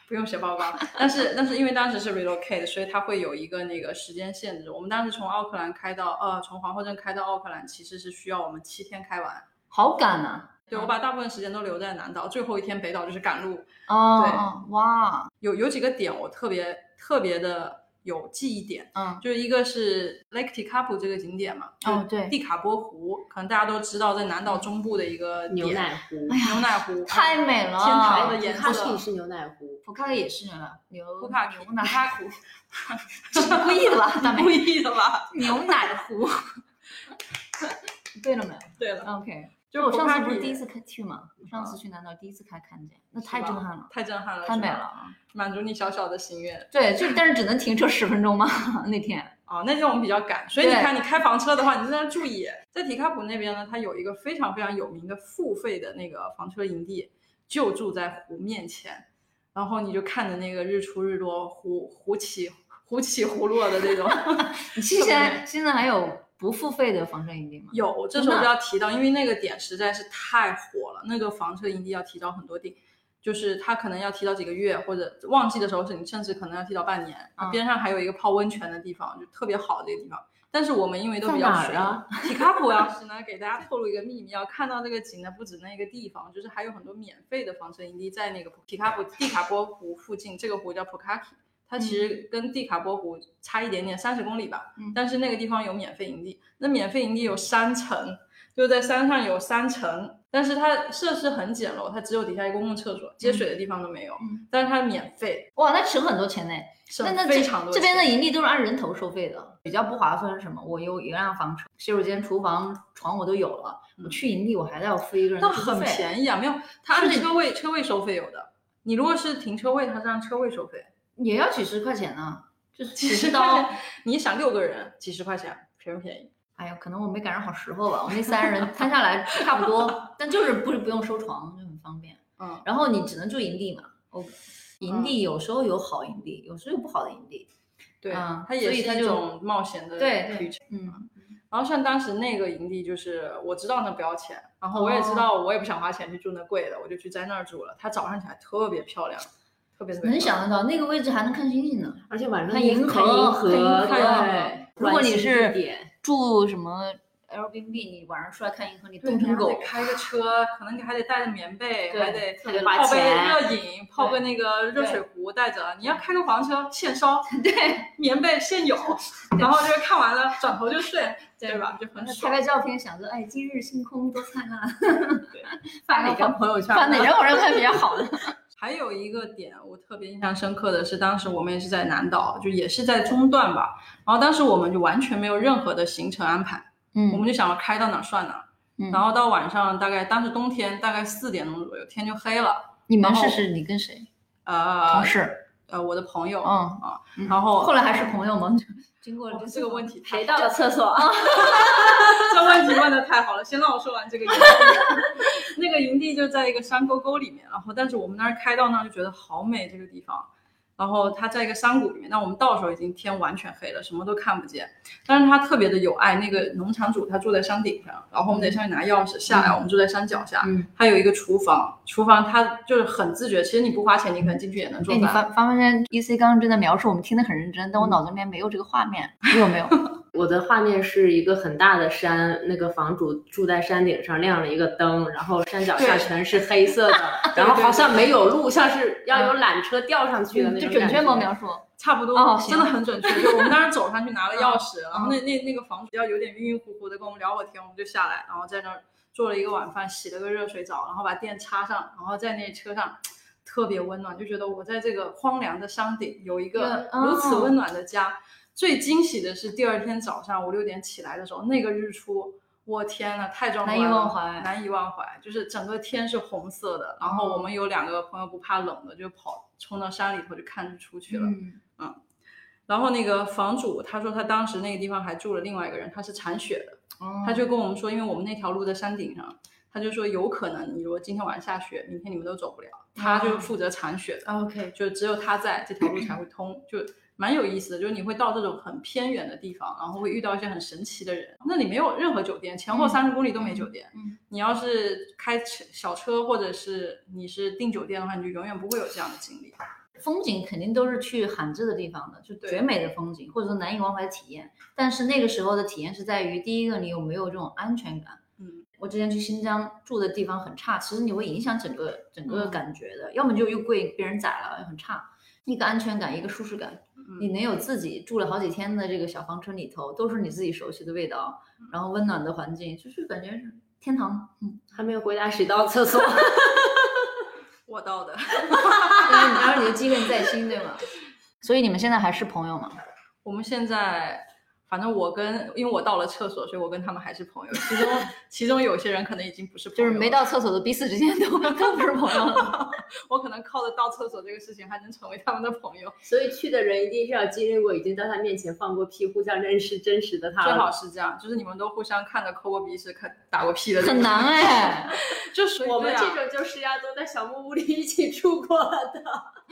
[SPEAKER 2] 不用写报告， 但是但是因为当时是 relocate，所以它会有一个那个时间限制。我们当时从奥克兰开到呃，从皇后镇开到奥克兰，其实是需要我们七天开完。
[SPEAKER 1] 好赶啊呐、
[SPEAKER 2] 对我把大部分时间都留在南岛，最后一天北岛就是赶路。对
[SPEAKER 1] 哦，哇，
[SPEAKER 2] 有有几个点我特别特别的有记忆点，
[SPEAKER 1] 嗯，
[SPEAKER 2] 就是一个是 Lake Tekapo 这个景点嘛，
[SPEAKER 1] 哦
[SPEAKER 2] 就是
[SPEAKER 1] 对
[SPEAKER 2] 蒂卡波湖，可能大家都知道，在南岛中部的一个点哎
[SPEAKER 3] 牛奶湖，
[SPEAKER 2] 牛奶湖，
[SPEAKER 1] 太美了
[SPEAKER 2] 天堂
[SPEAKER 1] 哎
[SPEAKER 2] 的
[SPEAKER 1] 呀
[SPEAKER 2] 颜
[SPEAKER 3] 它啊是
[SPEAKER 2] 色
[SPEAKER 3] 也，是牛奶湖，
[SPEAKER 1] 普卡克也是啊牛
[SPEAKER 2] 库帕
[SPEAKER 1] 牛
[SPEAKER 2] 牛
[SPEAKER 1] 奶，
[SPEAKER 2] 卡湖，
[SPEAKER 1] 这是故意的吧？大
[SPEAKER 2] 故
[SPEAKER 1] 美
[SPEAKER 2] 意的吧？
[SPEAKER 1] 牛奶湖， 对了没有
[SPEAKER 2] 对了，
[SPEAKER 1] ？OK，
[SPEAKER 2] 就
[SPEAKER 1] 我上次不是
[SPEAKER 2] Pocari
[SPEAKER 1] 第一次看去吗？我上次去南岛第一次看看见，那
[SPEAKER 2] 是
[SPEAKER 1] 太震
[SPEAKER 2] 吧
[SPEAKER 1] 撼了，
[SPEAKER 2] 太震撼了，
[SPEAKER 1] 太
[SPEAKER 2] 是吧
[SPEAKER 1] 美了，啊！
[SPEAKER 2] 满足你小小的心愿。
[SPEAKER 1] 对，就但是只能停车十分钟吗？那天
[SPEAKER 2] 哦，那天我们比较赶，所以你
[SPEAKER 1] 对
[SPEAKER 2] 看，你开房车的话，你就在那注意。在提卡普那边呢，它有一个非常非常有名的付费的那个房车营地，就住在湖面前，然后你就看着那个日出日落，湖湖起湖起湖落的那种。
[SPEAKER 1] 你现在现在还有不付费的房车营地吗？
[SPEAKER 2] 有，
[SPEAKER 3] 哦
[SPEAKER 2] 这时候就要提到，因为那个点实在是太火了，那个房车营地要提到很多地，就是它可能要提到几个月，或者旺季的时候是你甚至可能要提到半年。
[SPEAKER 1] 嗯
[SPEAKER 2] 边上还有一个泡温泉的地方，就特别好的一个地方。但是我们因为都比较
[SPEAKER 3] 在哪儿
[SPEAKER 2] 水
[SPEAKER 3] 啊，
[SPEAKER 2] 提卡普当时呢，给大家透露一个秘密，要看到这个景呢，不止那个地方，就是还有很多免费的房车营地在那个提卡普蒂卡波湖附近，这个湖叫普卡基，它其
[SPEAKER 3] 嗯
[SPEAKER 2] 实跟蒂卡波湖差一点点，三十公里吧。
[SPEAKER 1] 嗯
[SPEAKER 2] 但是那个地方有免费营地，那免费营地有三层，就在山上有三层，但是它设施很简陋，它只有底下一个公共厕所，接水的地方都没有，
[SPEAKER 1] 嗯
[SPEAKER 2] 但是它免费，
[SPEAKER 1] 哇，那省很多钱呢。
[SPEAKER 2] 省
[SPEAKER 1] 那那
[SPEAKER 2] 非
[SPEAKER 1] 这
[SPEAKER 2] 常多
[SPEAKER 1] 这
[SPEAKER 2] 钱。
[SPEAKER 1] 边的盈利都是按人头收费的，比较不划算是什么？我有一辆房车、洗手间、厨房、床我都有了，我
[SPEAKER 2] 嗯
[SPEAKER 1] 去盈利我还要付一个人
[SPEAKER 2] 但
[SPEAKER 1] 的住宿
[SPEAKER 2] 很
[SPEAKER 1] 费。
[SPEAKER 2] 便宜啊，没有，它按
[SPEAKER 1] 是的
[SPEAKER 2] 车位车位收费有的，你如果是停车位，它是按车位收 费，
[SPEAKER 1] 也要几十块钱呢，就是几十
[SPEAKER 2] 块
[SPEAKER 1] 刀。
[SPEAKER 2] 钱，你想六个人几十块钱，便不便宜？
[SPEAKER 1] 哎呀，可能我没赶上好时候吧，我那三人摊下来差不多，但就是不是不用收床，就很方便。
[SPEAKER 2] 嗯，
[SPEAKER 1] 然后你只能住营地嘛，我营地有时候有好营地，有时候有不好的营地。
[SPEAKER 2] 对，
[SPEAKER 1] 嗯
[SPEAKER 2] 它
[SPEAKER 1] 所
[SPEAKER 2] 也
[SPEAKER 1] 以
[SPEAKER 2] 是
[SPEAKER 1] 它
[SPEAKER 2] 一
[SPEAKER 1] 就
[SPEAKER 2] 种冒险的
[SPEAKER 1] 对对
[SPEAKER 2] 旅程。
[SPEAKER 1] 嗯，
[SPEAKER 2] 然后像当时那个营地，就是我知道那不要钱，然后我也知道我也不想花钱去住那贵的，我就去在那儿住了。它早上起来特别漂亮，特别特别
[SPEAKER 1] 能
[SPEAKER 2] 漂亮。
[SPEAKER 1] 想得到那个位置还能看星星呢。
[SPEAKER 3] 而且晚上
[SPEAKER 1] 看
[SPEAKER 3] 你
[SPEAKER 1] 银
[SPEAKER 3] 看
[SPEAKER 1] 河
[SPEAKER 3] 银
[SPEAKER 1] 看银
[SPEAKER 3] 河，
[SPEAKER 1] 河
[SPEAKER 3] 对。
[SPEAKER 1] 哦如果
[SPEAKER 3] 暖
[SPEAKER 1] 你
[SPEAKER 3] 心
[SPEAKER 1] 是
[SPEAKER 3] 地点
[SPEAKER 1] 住什么 Airbnb，你晚上出来看银河，你
[SPEAKER 2] 对，
[SPEAKER 1] 冻
[SPEAKER 2] 你
[SPEAKER 1] 成
[SPEAKER 2] 还得
[SPEAKER 1] 狗。
[SPEAKER 2] 开个车，可能你还得带着棉被，
[SPEAKER 1] 对
[SPEAKER 2] 还得
[SPEAKER 3] 还得花
[SPEAKER 2] 泡杯
[SPEAKER 3] 钱
[SPEAKER 2] 热饮，泡个那个热水壶带着。你要开个房车，现烧
[SPEAKER 1] 对
[SPEAKER 2] 棉被现有，然后就是看完了转头就睡，对吧？就很
[SPEAKER 1] 拍
[SPEAKER 2] 爽。
[SPEAKER 1] 拍照片，想着哎，今日星空多灿烂，
[SPEAKER 3] 发哪个朋友圈呢？
[SPEAKER 1] 把哪张网站看比较好的？
[SPEAKER 2] 还有一个点我特别印象深刻的是，当时我们也是在南岛，就也是在中段吧。然后当时我们就完全没有任何的行程安排，我们就想要开到哪儿算哪儿。
[SPEAKER 1] 嗯
[SPEAKER 2] 然后到晚上大概当时冬天大概四点钟左右，天就黑了。
[SPEAKER 1] 你们
[SPEAKER 2] 然后
[SPEAKER 1] 试试，你跟谁？
[SPEAKER 2] 呃
[SPEAKER 1] 同事，
[SPEAKER 2] 呃，我的朋友，啊
[SPEAKER 1] 嗯，
[SPEAKER 2] 然后
[SPEAKER 1] 后来还是朋友吗？经过了
[SPEAKER 2] 哦这个问题，
[SPEAKER 3] 谁到了厕所啊？
[SPEAKER 2] 这问题问的太好了，先让我说完这个营地。 那个营地就在一个山沟沟里面，然后但是我们当时开到那儿就觉得好美这个地方，然后它在一个山谷里面，那我们到的时候已经天完全黑了，什么都看不见，但是它特别的有爱。那个农场主他住在山顶上，然后我们得上去拿钥匙下来，我们住在山脚下，
[SPEAKER 1] 嗯，
[SPEAKER 2] 它有一个厨房，厨房它就是很自觉，其实你不花钱，你可能进去也能做
[SPEAKER 1] 哎，你
[SPEAKER 2] 饭。
[SPEAKER 1] 发发没发现，E C 刚刚正在描述，我们听得很认真，但我脑子里面没有这个画面，你有 没有？
[SPEAKER 3] 我的画面是一个很大的山，那个房主住在山顶上，亮了一个灯，然后山脚下
[SPEAKER 2] 对
[SPEAKER 3] 全是黑色的，然后好像没有路，像是要有缆车吊上去的那
[SPEAKER 1] 嗯就
[SPEAKER 3] 种
[SPEAKER 1] 准
[SPEAKER 3] 感
[SPEAKER 1] 确吗？
[SPEAKER 3] 觉。
[SPEAKER 1] 描述？
[SPEAKER 2] 差不多，
[SPEAKER 1] 哦行嗯
[SPEAKER 2] 真的很 准确。就我们当时走上去拿了钥匙，然后那嗯那那个房主要有点晕晕乎乎的跟我们聊会儿天，我们就下来，然后在那儿做了一个晚饭，洗了个热水澡，然后把电插上，然后在那车上。特别温暖，就觉得我在这个荒凉的山顶有一个
[SPEAKER 1] 嗯
[SPEAKER 2] 如此温暖的家。最惊喜的是第二天早上五六点起来的时候，那个日出，我天呐，太壮观
[SPEAKER 1] 难
[SPEAKER 2] 了，
[SPEAKER 1] 以忘怀
[SPEAKER 2] 难以忘怀。就是整个天是红色的，然
[SPEAKER 1] 哦
[SPEAKER 2] 后我们有两个朋友不怕冷的，就跑冲到山里头去看日出去了。
[SPEAKER 1] 嗯，
[SPEAKER 2] 然后那个房主他说他当时那个地方还住了另外一个人，他是铲雪的，
[SPEAKER 1] 哦
[SPEAKER 2] 他就跟我们说，因为我们那条路在山顶上，他就说有可能你如果今天晚上下雪，明天你们都走不了，他就负责铲雪的。
[SPEAKER 1] 哦
[SPEAKER 3] OK，
[SPEAKER 2] 就只有他在，这条路才会通，就蛮有意思的。就是你会到这种很偏远的地方，然后会遇到一些很神奇的人。那里没有任何酒店，前后
[SPEAKER 1] 嗯
[SPEAKER 2] 三十公里都没酒店。
[SPEAKER 1] 嗯
[SPEAKER 2] 你要是开车小车，或者是你是订酒店的话，你就永远不会有这样的经历。
[SPEAKER 1] 风景肯定都是去罕至的地方的，就
[SPEAKER 2] 对
[SPEAKER 1] 绝美的风景，或者说难以忘怀的体验。但是那个时候的体验是在于，第一个你有没有这种安全感？
[SPEAKER 2] 嗯，
[SPEAKER 1] 我之前去新疆住的地方很差，其实你会影响整个整个
[SPEAKER 2] 嗯
[SPEAKER 1] 感觉的，要么就又贵，被人宰了，很差。一个安全感，一个舒适感，你
[SPEAKER 2] 嗯，
[SPEAKER 1] 能有自己住了好几天的这个小房车里头，都是你自己熟悉的味道，然后温暖的环境，就是感觉是天堂。 嗯，
[SPEAKER 3] 还没有回答谁到厕所。
[SPEAKER 2] 我到的，
[SPEAKER 1] 然后你然后你就记恨在心，对吗？ 所以你们现在还是朋友吗？
[SPEAKER 2] 我们现在。反正我跟，因为我到了厕所，所以我跟他们还是朋友。其中，其中有些人可能已经不是朋
[SPEAKER 1] 就
[SPEAKER 2] 友
[SPEAKER 1] 是
[SPEAKER 2] 了，
[SPEAKER 1] 没到厕所的彼此之间都 都不是朋友了。
[SPEAKER 2] 我可能靠着到厕所这个事情还能成为他们的朋友，
[SPEAKER 3] 所以去的人一定是要经历过，已经在他面前放过屁，互相认识真实的他
[SPEAKER 2] 最
[SPEAKER 3] 了。
[SPEAKER 2] 好是这样，就是你们都互相看着抠过鼻屎、看打过屁的这种，
[SPEAKER 1] 很难哎，
[SPEAKER 2] 就属于
[SPEAKER 3] 我们
[SPEAKER 2] 对
[SPEAKER 3] 这
[SPEAKER 2] 啊、
[SPEAKER 3] 种就是要都在小木屋里一起住过的。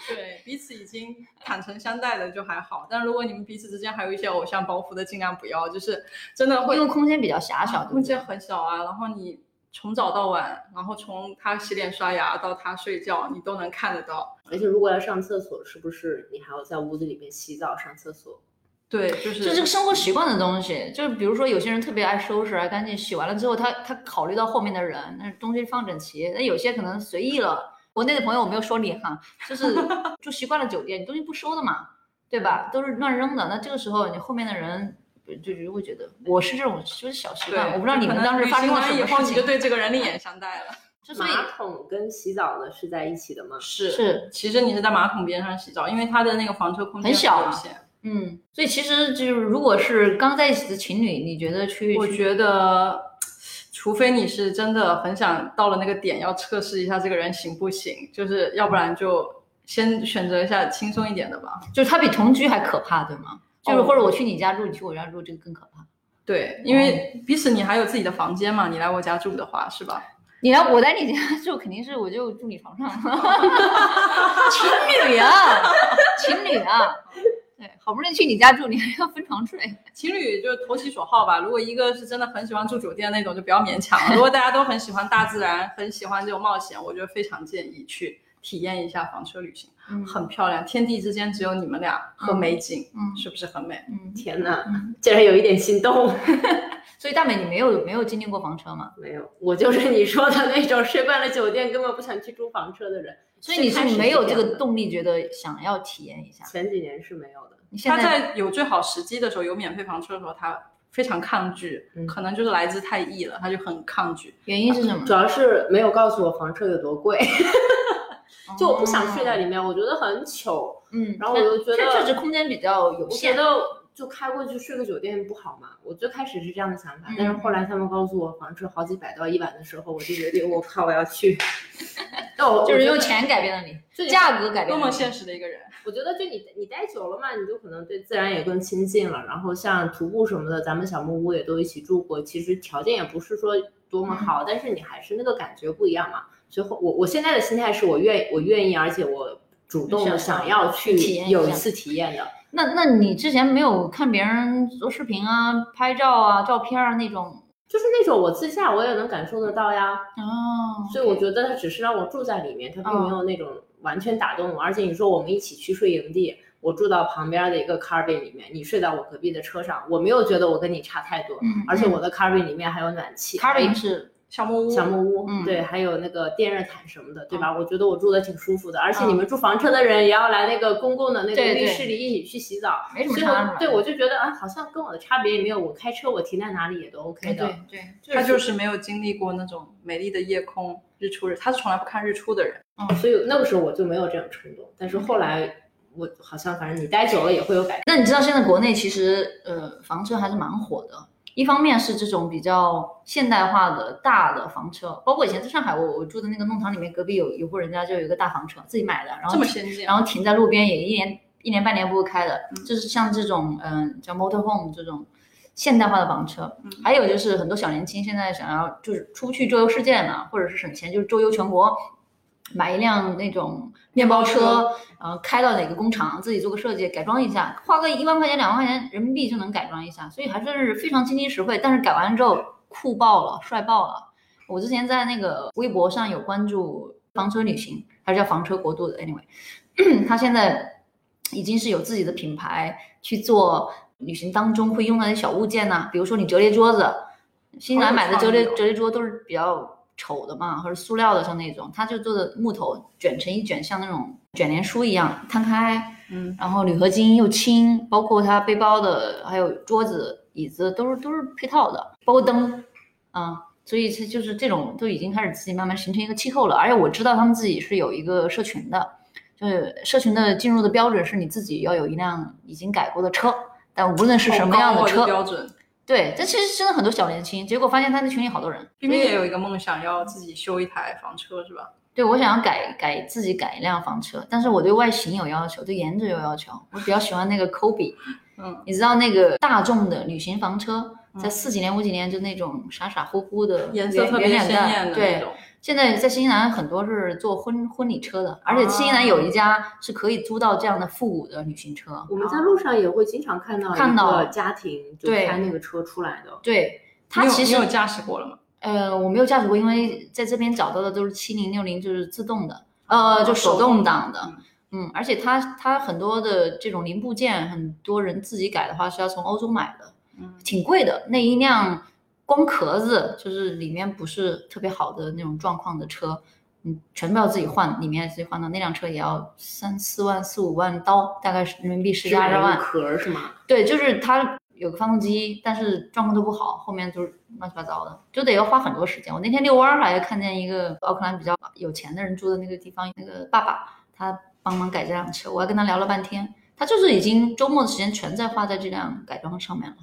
[SPEAKER 2] 对彼此已经坦诚相待的就还好，但如果你们彼此之间还有一些偶像包袱的，尽量不要，就是真的会
[SPEAKER 1] 因为空间比较狭小，对不
[SPEAKER 2] 空间
[SPEAKER 1] 对？
[SPEAKER 2] 很小啊，然后你从早到晚，然后从他洗脸刷牙到他睡觉，你都能看得到。
[SPEAKER 3] 而且如果要上厕所，是不是你还要在屋子里面洗澡、上厕所？
[SPEAKER 2] 对，就是
[SPEAKER 1] 就这个生活习惯的东西，就是比如说有些人特别爱收拾、爱干净，洗完了之后他他考虑到后面的人，那东西放整齐。那有些可能随意了。国内的朋友我没有说你哈，就是 住习惯了酒店，你东西不收的嘛，对吧？都是乱扔的。那这个时候你后面的人就就会觉得我是这种就是小习
[SPEAKER 2] 对，
[SPEAKER 1] 惯，我不知道你
[SPEAKER 2] 就可
[SPEAKER 1] 们
[SPEAKER 2] 能
[SPEAKER 1] 当时
[SPEAKER 2] 旅
[SPEAKER 1] 发
[SPEAKER 2] 行
[SPEAKER 1] 生了
[SPEAKER 2] 完
[SPEAKER 1] 什
[SPEAKER 2] 以
[SPEAKER 1] 么
[SPEAKER 2] 后
[SPEAKER 1] 事
[SPEAKER 2] 你就
[SPEAKER 1] 情。
[SPEAKER 2] 对这个人另眼相待了。
[SPEAKER 1] 就所以
[SPEAKER 3] 马桶跟洗澡的是在一起的吗？
[SPEAKER 2] 是
[SPEAKER 1] 是
[SPEAKER 2] 其实你是在马桶边上洗澡，因为它的那个房车空间
[SPEAKER 1] 很小
[SPEAKER 2] 有
[SPEAKER 1] 啊
[SPEAKER 2] 限。
[SPEAKER 1] 嗯，所以其实就是，如果是刚在一起的情侣，你觉得去，
[SPEAKER 2] 我
[SPEAKER 1] 去
[SPEAKER 2] 觉得，除非你是真的很想到了那个点，要测试一下这个人行不行，就是要不然就先选择一下轻松一点的吧。
[SPEAKER 1] 就是他比同居还可怕，对吗？就是
[SPEAKER 2] 哦
[SPEAKER 1] 或者我去你家住，你去我家住，这个更可怕。
[SPEAKER 2] 对，
[SPEAKER 1] 哦
[SPEAKER 2] 因为彼此你还有自己的房间嘛，你来我家住的话是吧？
[SPEAKER 1] 你来我来你家住，肯定是我就住你床上。 情侣啊， 情侣啊，对，好不容易去你家住，你还要分床睡。
[SPEAKER 2] 情侣就投其所好吧。如果一个是真的很喜欢住酒店那种，就不要勉强了。如果大家都很喜欢大自然，很喜欢这种冒险，我觉得非常建议去体验一下房车旅行，
[SPEAKER 1] 嗯
[SPEAKER 2] 很漂亮，天地之间只有你们俩和美景，
[SPEAKER 1] 嗯
[SPEAKER 2] 是不是很美？
[SPEAKER 1] 嗯，
[SPEAKER 3] 天哪
[SPEAKER 1] 嗯，
[SPEAKER 3] 竟然有一点心动。
[SPEAKER 1] 所以大美，你没有没有经历过房车吗？
[SPEAKER 3] 没有，我就是你说的那种睡惯了酒店，根本不想去租房车的人。
[SPEAKER 1] 所以你
[SPEAKER 3] 开始
[SPEAKER 1] 是没有这
[SPEAKER 3] 样
[SPEAKER 1] 个
[SPEAKER 3] 的，
[SPEAKER 1] 动力，觉得想要体验一下。
[SPEAKER 3] 前几年是没有的。
[SPEAKER 1] 你现
[SPEAKER 2] 他
[SPEAKER 1] 在
[SPEAKER 2] 在有最好时机的时候，有免费房车的时候，他非常抗拒，
[SPEAKER 3] 嗯
[SPEAKER 2] 可能就是来自太易了，他就很抗拒。
[SPEAKER 1] 原因是什么
[SPEAKER 3] 主？要是没有告诉我房车有多贵， 就我不想睡在里
[SPEAKER 1] 哦。
[SPEAKER 3] 面，我觉得很糗。
[SPEAKER 1] 嗯，
[SPEAKER 3] 然后我就觉
[SPEAKER 1] 但
[SPEAKER 3] 得
[SPEAKER 1] 确实空间比较有
[SPEAKER 3] 我觉
[SPEAKER 1] 限。
[SPEAKER 3] 得就开过去睡个酒店不好嘛，我最开始是这样的想法
[SPEAKER 1] 嗯，
[SPEAKER 3] 但是后来他们告诉我房车好几百到一百的时候，我就决定我靠我要去。 那我
[SPEAKER 1] 就是用，钱改变了你，
[SPEAKER 3] 就
[SPEAKER 1] 价格改变
[SPEAKER 2] 多
[SPEAKER 1] 了
[SPEAKER 2] 么
[SPEAKER 1] 你
[SPEAKER 2] 现实的一个人！
[SPEAKER 3] 我觉得就你你待久了嘛，你就可能对自然也更亲近了。然后像徒步什么的，咱们小木屋也都一起住过，其实条件也不是说多么
[SPEAKER 1] 嗯
[SPEAKER 3] 好，但是你还是那个感觉不一样嘛。最后，我我现在的心态是我愿我愿意，而且我主动的
[SPEAKER 1] 想
[SPEAKER 3] 想要去
[SPEAKER 1] 体验一
[SPEAKER 3] 有一
[SPEAKER 1] 下
[SPEAKER 3] 次体验的。
[SPEAKER 1] 那那你之前没有看别人做视频啊、拍照啊、照片啊那种？
[SPEAKER 3] 就是那种我自驾我也能感受得到呀，
[SPEAKER 1] 哦
[SPEAKER 3] 所以我觉得它只是让我住在里面，它并
[SPEAKER 1] 嗯
[SPEAKER 3] 没有那种完全打动我。而且你说我们一起去睡营地，我住到旁边的一个 carbin 里面，你睡到我隔壁的车上，我没有觉得我跟你差太多。
[SPEAKER 1] 嗯，
[SPEAKER 3] 而且我的 carbin 里面还有暖气
[SPEAKER 1] Carbon 是
[SPEAKER 2] 哎小木屋，
[SPEAKER 3] 小木屋，
[SPEAKER 1] 嗯
[SPEAKER 3] 对，还有那个电热毯什么的，对吧？我觉得我住的挺舒服的，而且你们住房车的人也要来那个公共的那个
[SPEAKER 1] 嗯对
[SPEAKER 3] 浴
[SPEAKER 1] 对
[SPEAKER 3] 室里一起去洗澡，
[SPEAKER 1] 没什么
[SPEAKER 3] 所以
[SPEAKER 1] 差
[SPEAKER 3] 我
[SPEAKER 1] 是吧？
[SPEAKER 3] 对我就觉得啊，好像跟我的差别也没有，我开车我停在哪里也都 OK
[SPEAKER 1] 哎
[SPEAKER 3] 的。
[SPEAKER 1] 对对，
[SPEAKER 2] 他就是没有经历过那种美丽的夜空、
[SPEAKER 3] 哦
[SPEAKER 2] 日出日，他是从来不看日出的人。
[SPEAKER 3] 所以那个时候我就没有这种冲动，但是后来我好像反正你待久了也会有改变。
[SPEAKER 1] 那你知道现在国内其实呃房车还是蛮火的，一方面是这种比较现代化的大的房车，包括以前在上海我我住的那个弄堂里面隔壁有有户人家就有一个大房车自己买的，然后
[SPEAKER 2] 这么先
[SPEAKER 1] 哦
[SPEAKER 2] 进，
[SPEAKER 1] 然后停在路边也一年一年半年不会开的，就是像这种嗯、叫 motorhome 这种现代化的房车
[SPEAKER 2] 嗯，
[SPEAKER 1] 还有就是很多小年轻现在想要就是出去周游世界嘛，或者是省钱就是周游全国，买一辆那种面包车，然后开到哪个工厂自己做个设计改装一下，花个一万块钱两万块钱人民币就能改装一下，所以还算是非常经济实惠，但是改完之后酷爆了，帅爆了。我之前在那个微博上有关注房车旅行，还是叫房车国度的，anyway，他现在已经是有自己的品牌去做旅行当中会用到的小物件呐、比如说你折叠桌子，新西兰买的折叠
[SPEAKER 2] 好有创意哦
[SPEAKER 1] 折叠桌都是比较丑的嘛，或者塑料的像那种，他就做的木头卷成一卷，像那种卷帘书一样摊开，
[SPEAKER 2] 嗯，
[SPEAKER 1] 然后铝合金又轻，包括它背包的，还有桌子、椅子都是都是配套的，包括灯，啊，所以这就是这种都已经开始自己慢慢形成一个气候了。而且我知道他们自己是有一个社群的，就是社群的进入的标准是你自己要有一辆已经改过的车，但无论是什么样
[SPEAKER 2] 好
[SPEAKER 1] 的
[SPEAKER 2] 高哦这
[SPEAKER 1] 车，
[SPEAKER 2] 标准？
[SPEAKER 1] 对，这其实真的很多小年轻，结果发现他那群里好多人，
[SPEAKER 2] 冰冰也有一个梦想，要自己修一台房车是吧？
[SPEAKER 1] 对，我想要改改自己改一辆房车，但是我对外形有要求，对颜值有要求。我比较喜欢那个 Kobe，
[SPEAKER 2] 嗯，
[SPEAKER 1] 你知道那个大众的旅行房车，在
[SPEAKER 2] 嗯
[SPEAKER 1] 四几年五几年就那种傻傻乎乎的
[SPEAKER 2] 颜色
[SPEAKER 1] 圆
[SPEAKER 2] 特别
[SPEAKER 1] 圆
[SPEAKER 2] 鲜
[SPEAKER 1] 脸蛋
[SPEAKER 2] 艳的那
[SPEAKER 1] 对，
[SPEAKER 2] 种，
[SPEAKER 1] 现在在新西兰很多是做婚婚礼车的，而且新西兰
[SPEAKER 2] 啊
[SPEAKER 1] 有一家是可以租到这样的复古的旅行车。
[SPEAKER 3] 我们在路上也会经常看到
[SPEAKER 1] 哦看
[SPEAKER 3] 一
[SPEAKER 1] 到
[SPEAKER 3] 个家庭就
[SPEAKER 1] 对
[SPEAKER 3] 开那个车出来的，
[SPEAKER 1] 对，它
[SPEAKER 2] 你有
[SPEAKER 1] 其
[SPEAKER 2] 你
[SPEAKER 1] 实
[SPEAKER 2] 有驾驶过了吗？
[SPEAKER 1] 呃，我没有驾驶过，因为在这边找到的都是七零六零，就是自动的，
[SPEAKER 2] 哦
[SPEAKER 1] 呃，就手动挡的。嗯，而且它它很多的这种零部件，很多人自己改的话是要从欧洲买的，
[SPEAKER 2] 嗯，
[SPEAKER 1] 挺贵的。那一辆光壳子就是里面不是特别好的那种状况的车，嗯，全部要自己换，里面自己换的那辆车也要三四万、四五万刀，大概是人民币十几
[SPEAKER 3] 是
[SPEAKER 1] 二
[SPEAKER 3] 买
[SPEAKER 1] 十
[SPEAKER 3] 那
[SPEAKER 1] 万
[SPEAKER 3] 个。壳儿是吗？
[SPEAKER 1] 对，就是它有个发动机，但是状况都不好，后面就是乱七八糟的，就得要花很多时间。我那天遛弯儿还看见一个奥克兰比较有钱的人住的那个地方，那个爸爸他帮忙改这辆车，我还跟他聊了半天，他就是已经周末的时间全在花在这辆改装上面了。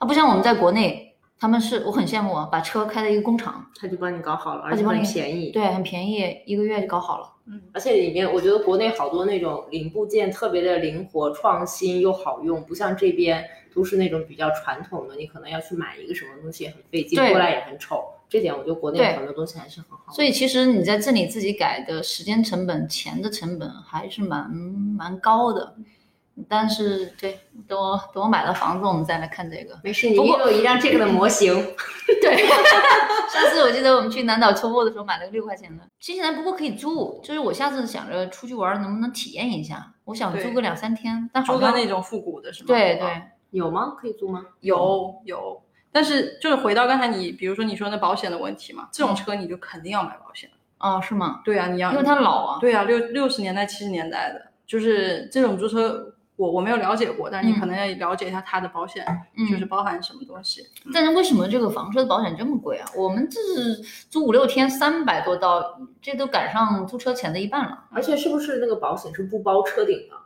[SPEAKER 1] 他不像我们在国内，他们是我很羡慕啊，把车开到一个工厂，
[SPEAKER 3] 他就帮你搞好了，而
[SPEAKER 1] 他
[SPEAKER 3] 且
[SPEAKER 1] 就帮
[SPEAKER 3] 很
[SPEAKER 1] 你
[SPEAKER 3] 便宜。
[SPEAKER 1] 对，很便宜，一个月就搞好了。
[SPEAKER 2] 嗯
[SPEAKER 3] 而且里面我觉得国内好多那种零部件特别的灵活、创新又好用，不像这边都是那种比较传统的，你可能要去买一个什么东西也很费劲，
[SPEAKER 1] 对
[SPEAKER 3] 过来也很丑。这点我觉得国内
[SPEAKER 1] 对
[SPEAKER 3] 很多东西还是很好。。
[SPEAKER 1] 所以其实你在这里自己改的时间成本、钱的成本还是蛮蛮高的。但是对，等我等我买了房子，我们再来看这个
[SPEAKER 3] 没事，你
[SPEAKER 1] 不
[SPEAKER 3] 也
[SPEAKER 1] 过
[SPEAKER 3] 有一辆这个的模型，
[SPEAKER 1] 对，上次我记得我们去南岛徒步的时候买了个六块钱的，新西兰不过可以租，就是我下次想着出去玩儿能不能体验一下，我想
[SPEAKER 2] 对
[SPEAKER 1] 租个两三天，但好
[SPEAKER 2] 租的
[SPEAKER 1] 像
[SPEAKER 2] 那种复古的是吗？啊
[SPEAKER 1] 对对，
[SPEAKER 3] 有吗？可以租吗？
[SPEAKER 2] 有有，但是就是回到刚才你，比如说你说那保险的问题嘛，这种车你就肯定要买保险。
[SPEAKER 1] 哦是吗？
[SPEAKER 2] 对啊，你要
[SPEAKER 1] 因为它老啊，
[SPEAKER 2] 对啊，六六十年代、七十年代的，就是这种租车，我我没有了解过，但是你可
[SPEAKER 1] 嗯
[SPEAKER 2] 能要了解一下它的保险，
[SPEAKER 1] 嗯
[SPEAKER 2] 就是包含什么东西。
[SPEAKER 1] 但是为什么这个房车的保险这么贵啊？我们这是租五六天三百多刀，这都赶上租车钱的一半了。
[SPEAKER 3] 而且是不是那个保险是不包车顶的？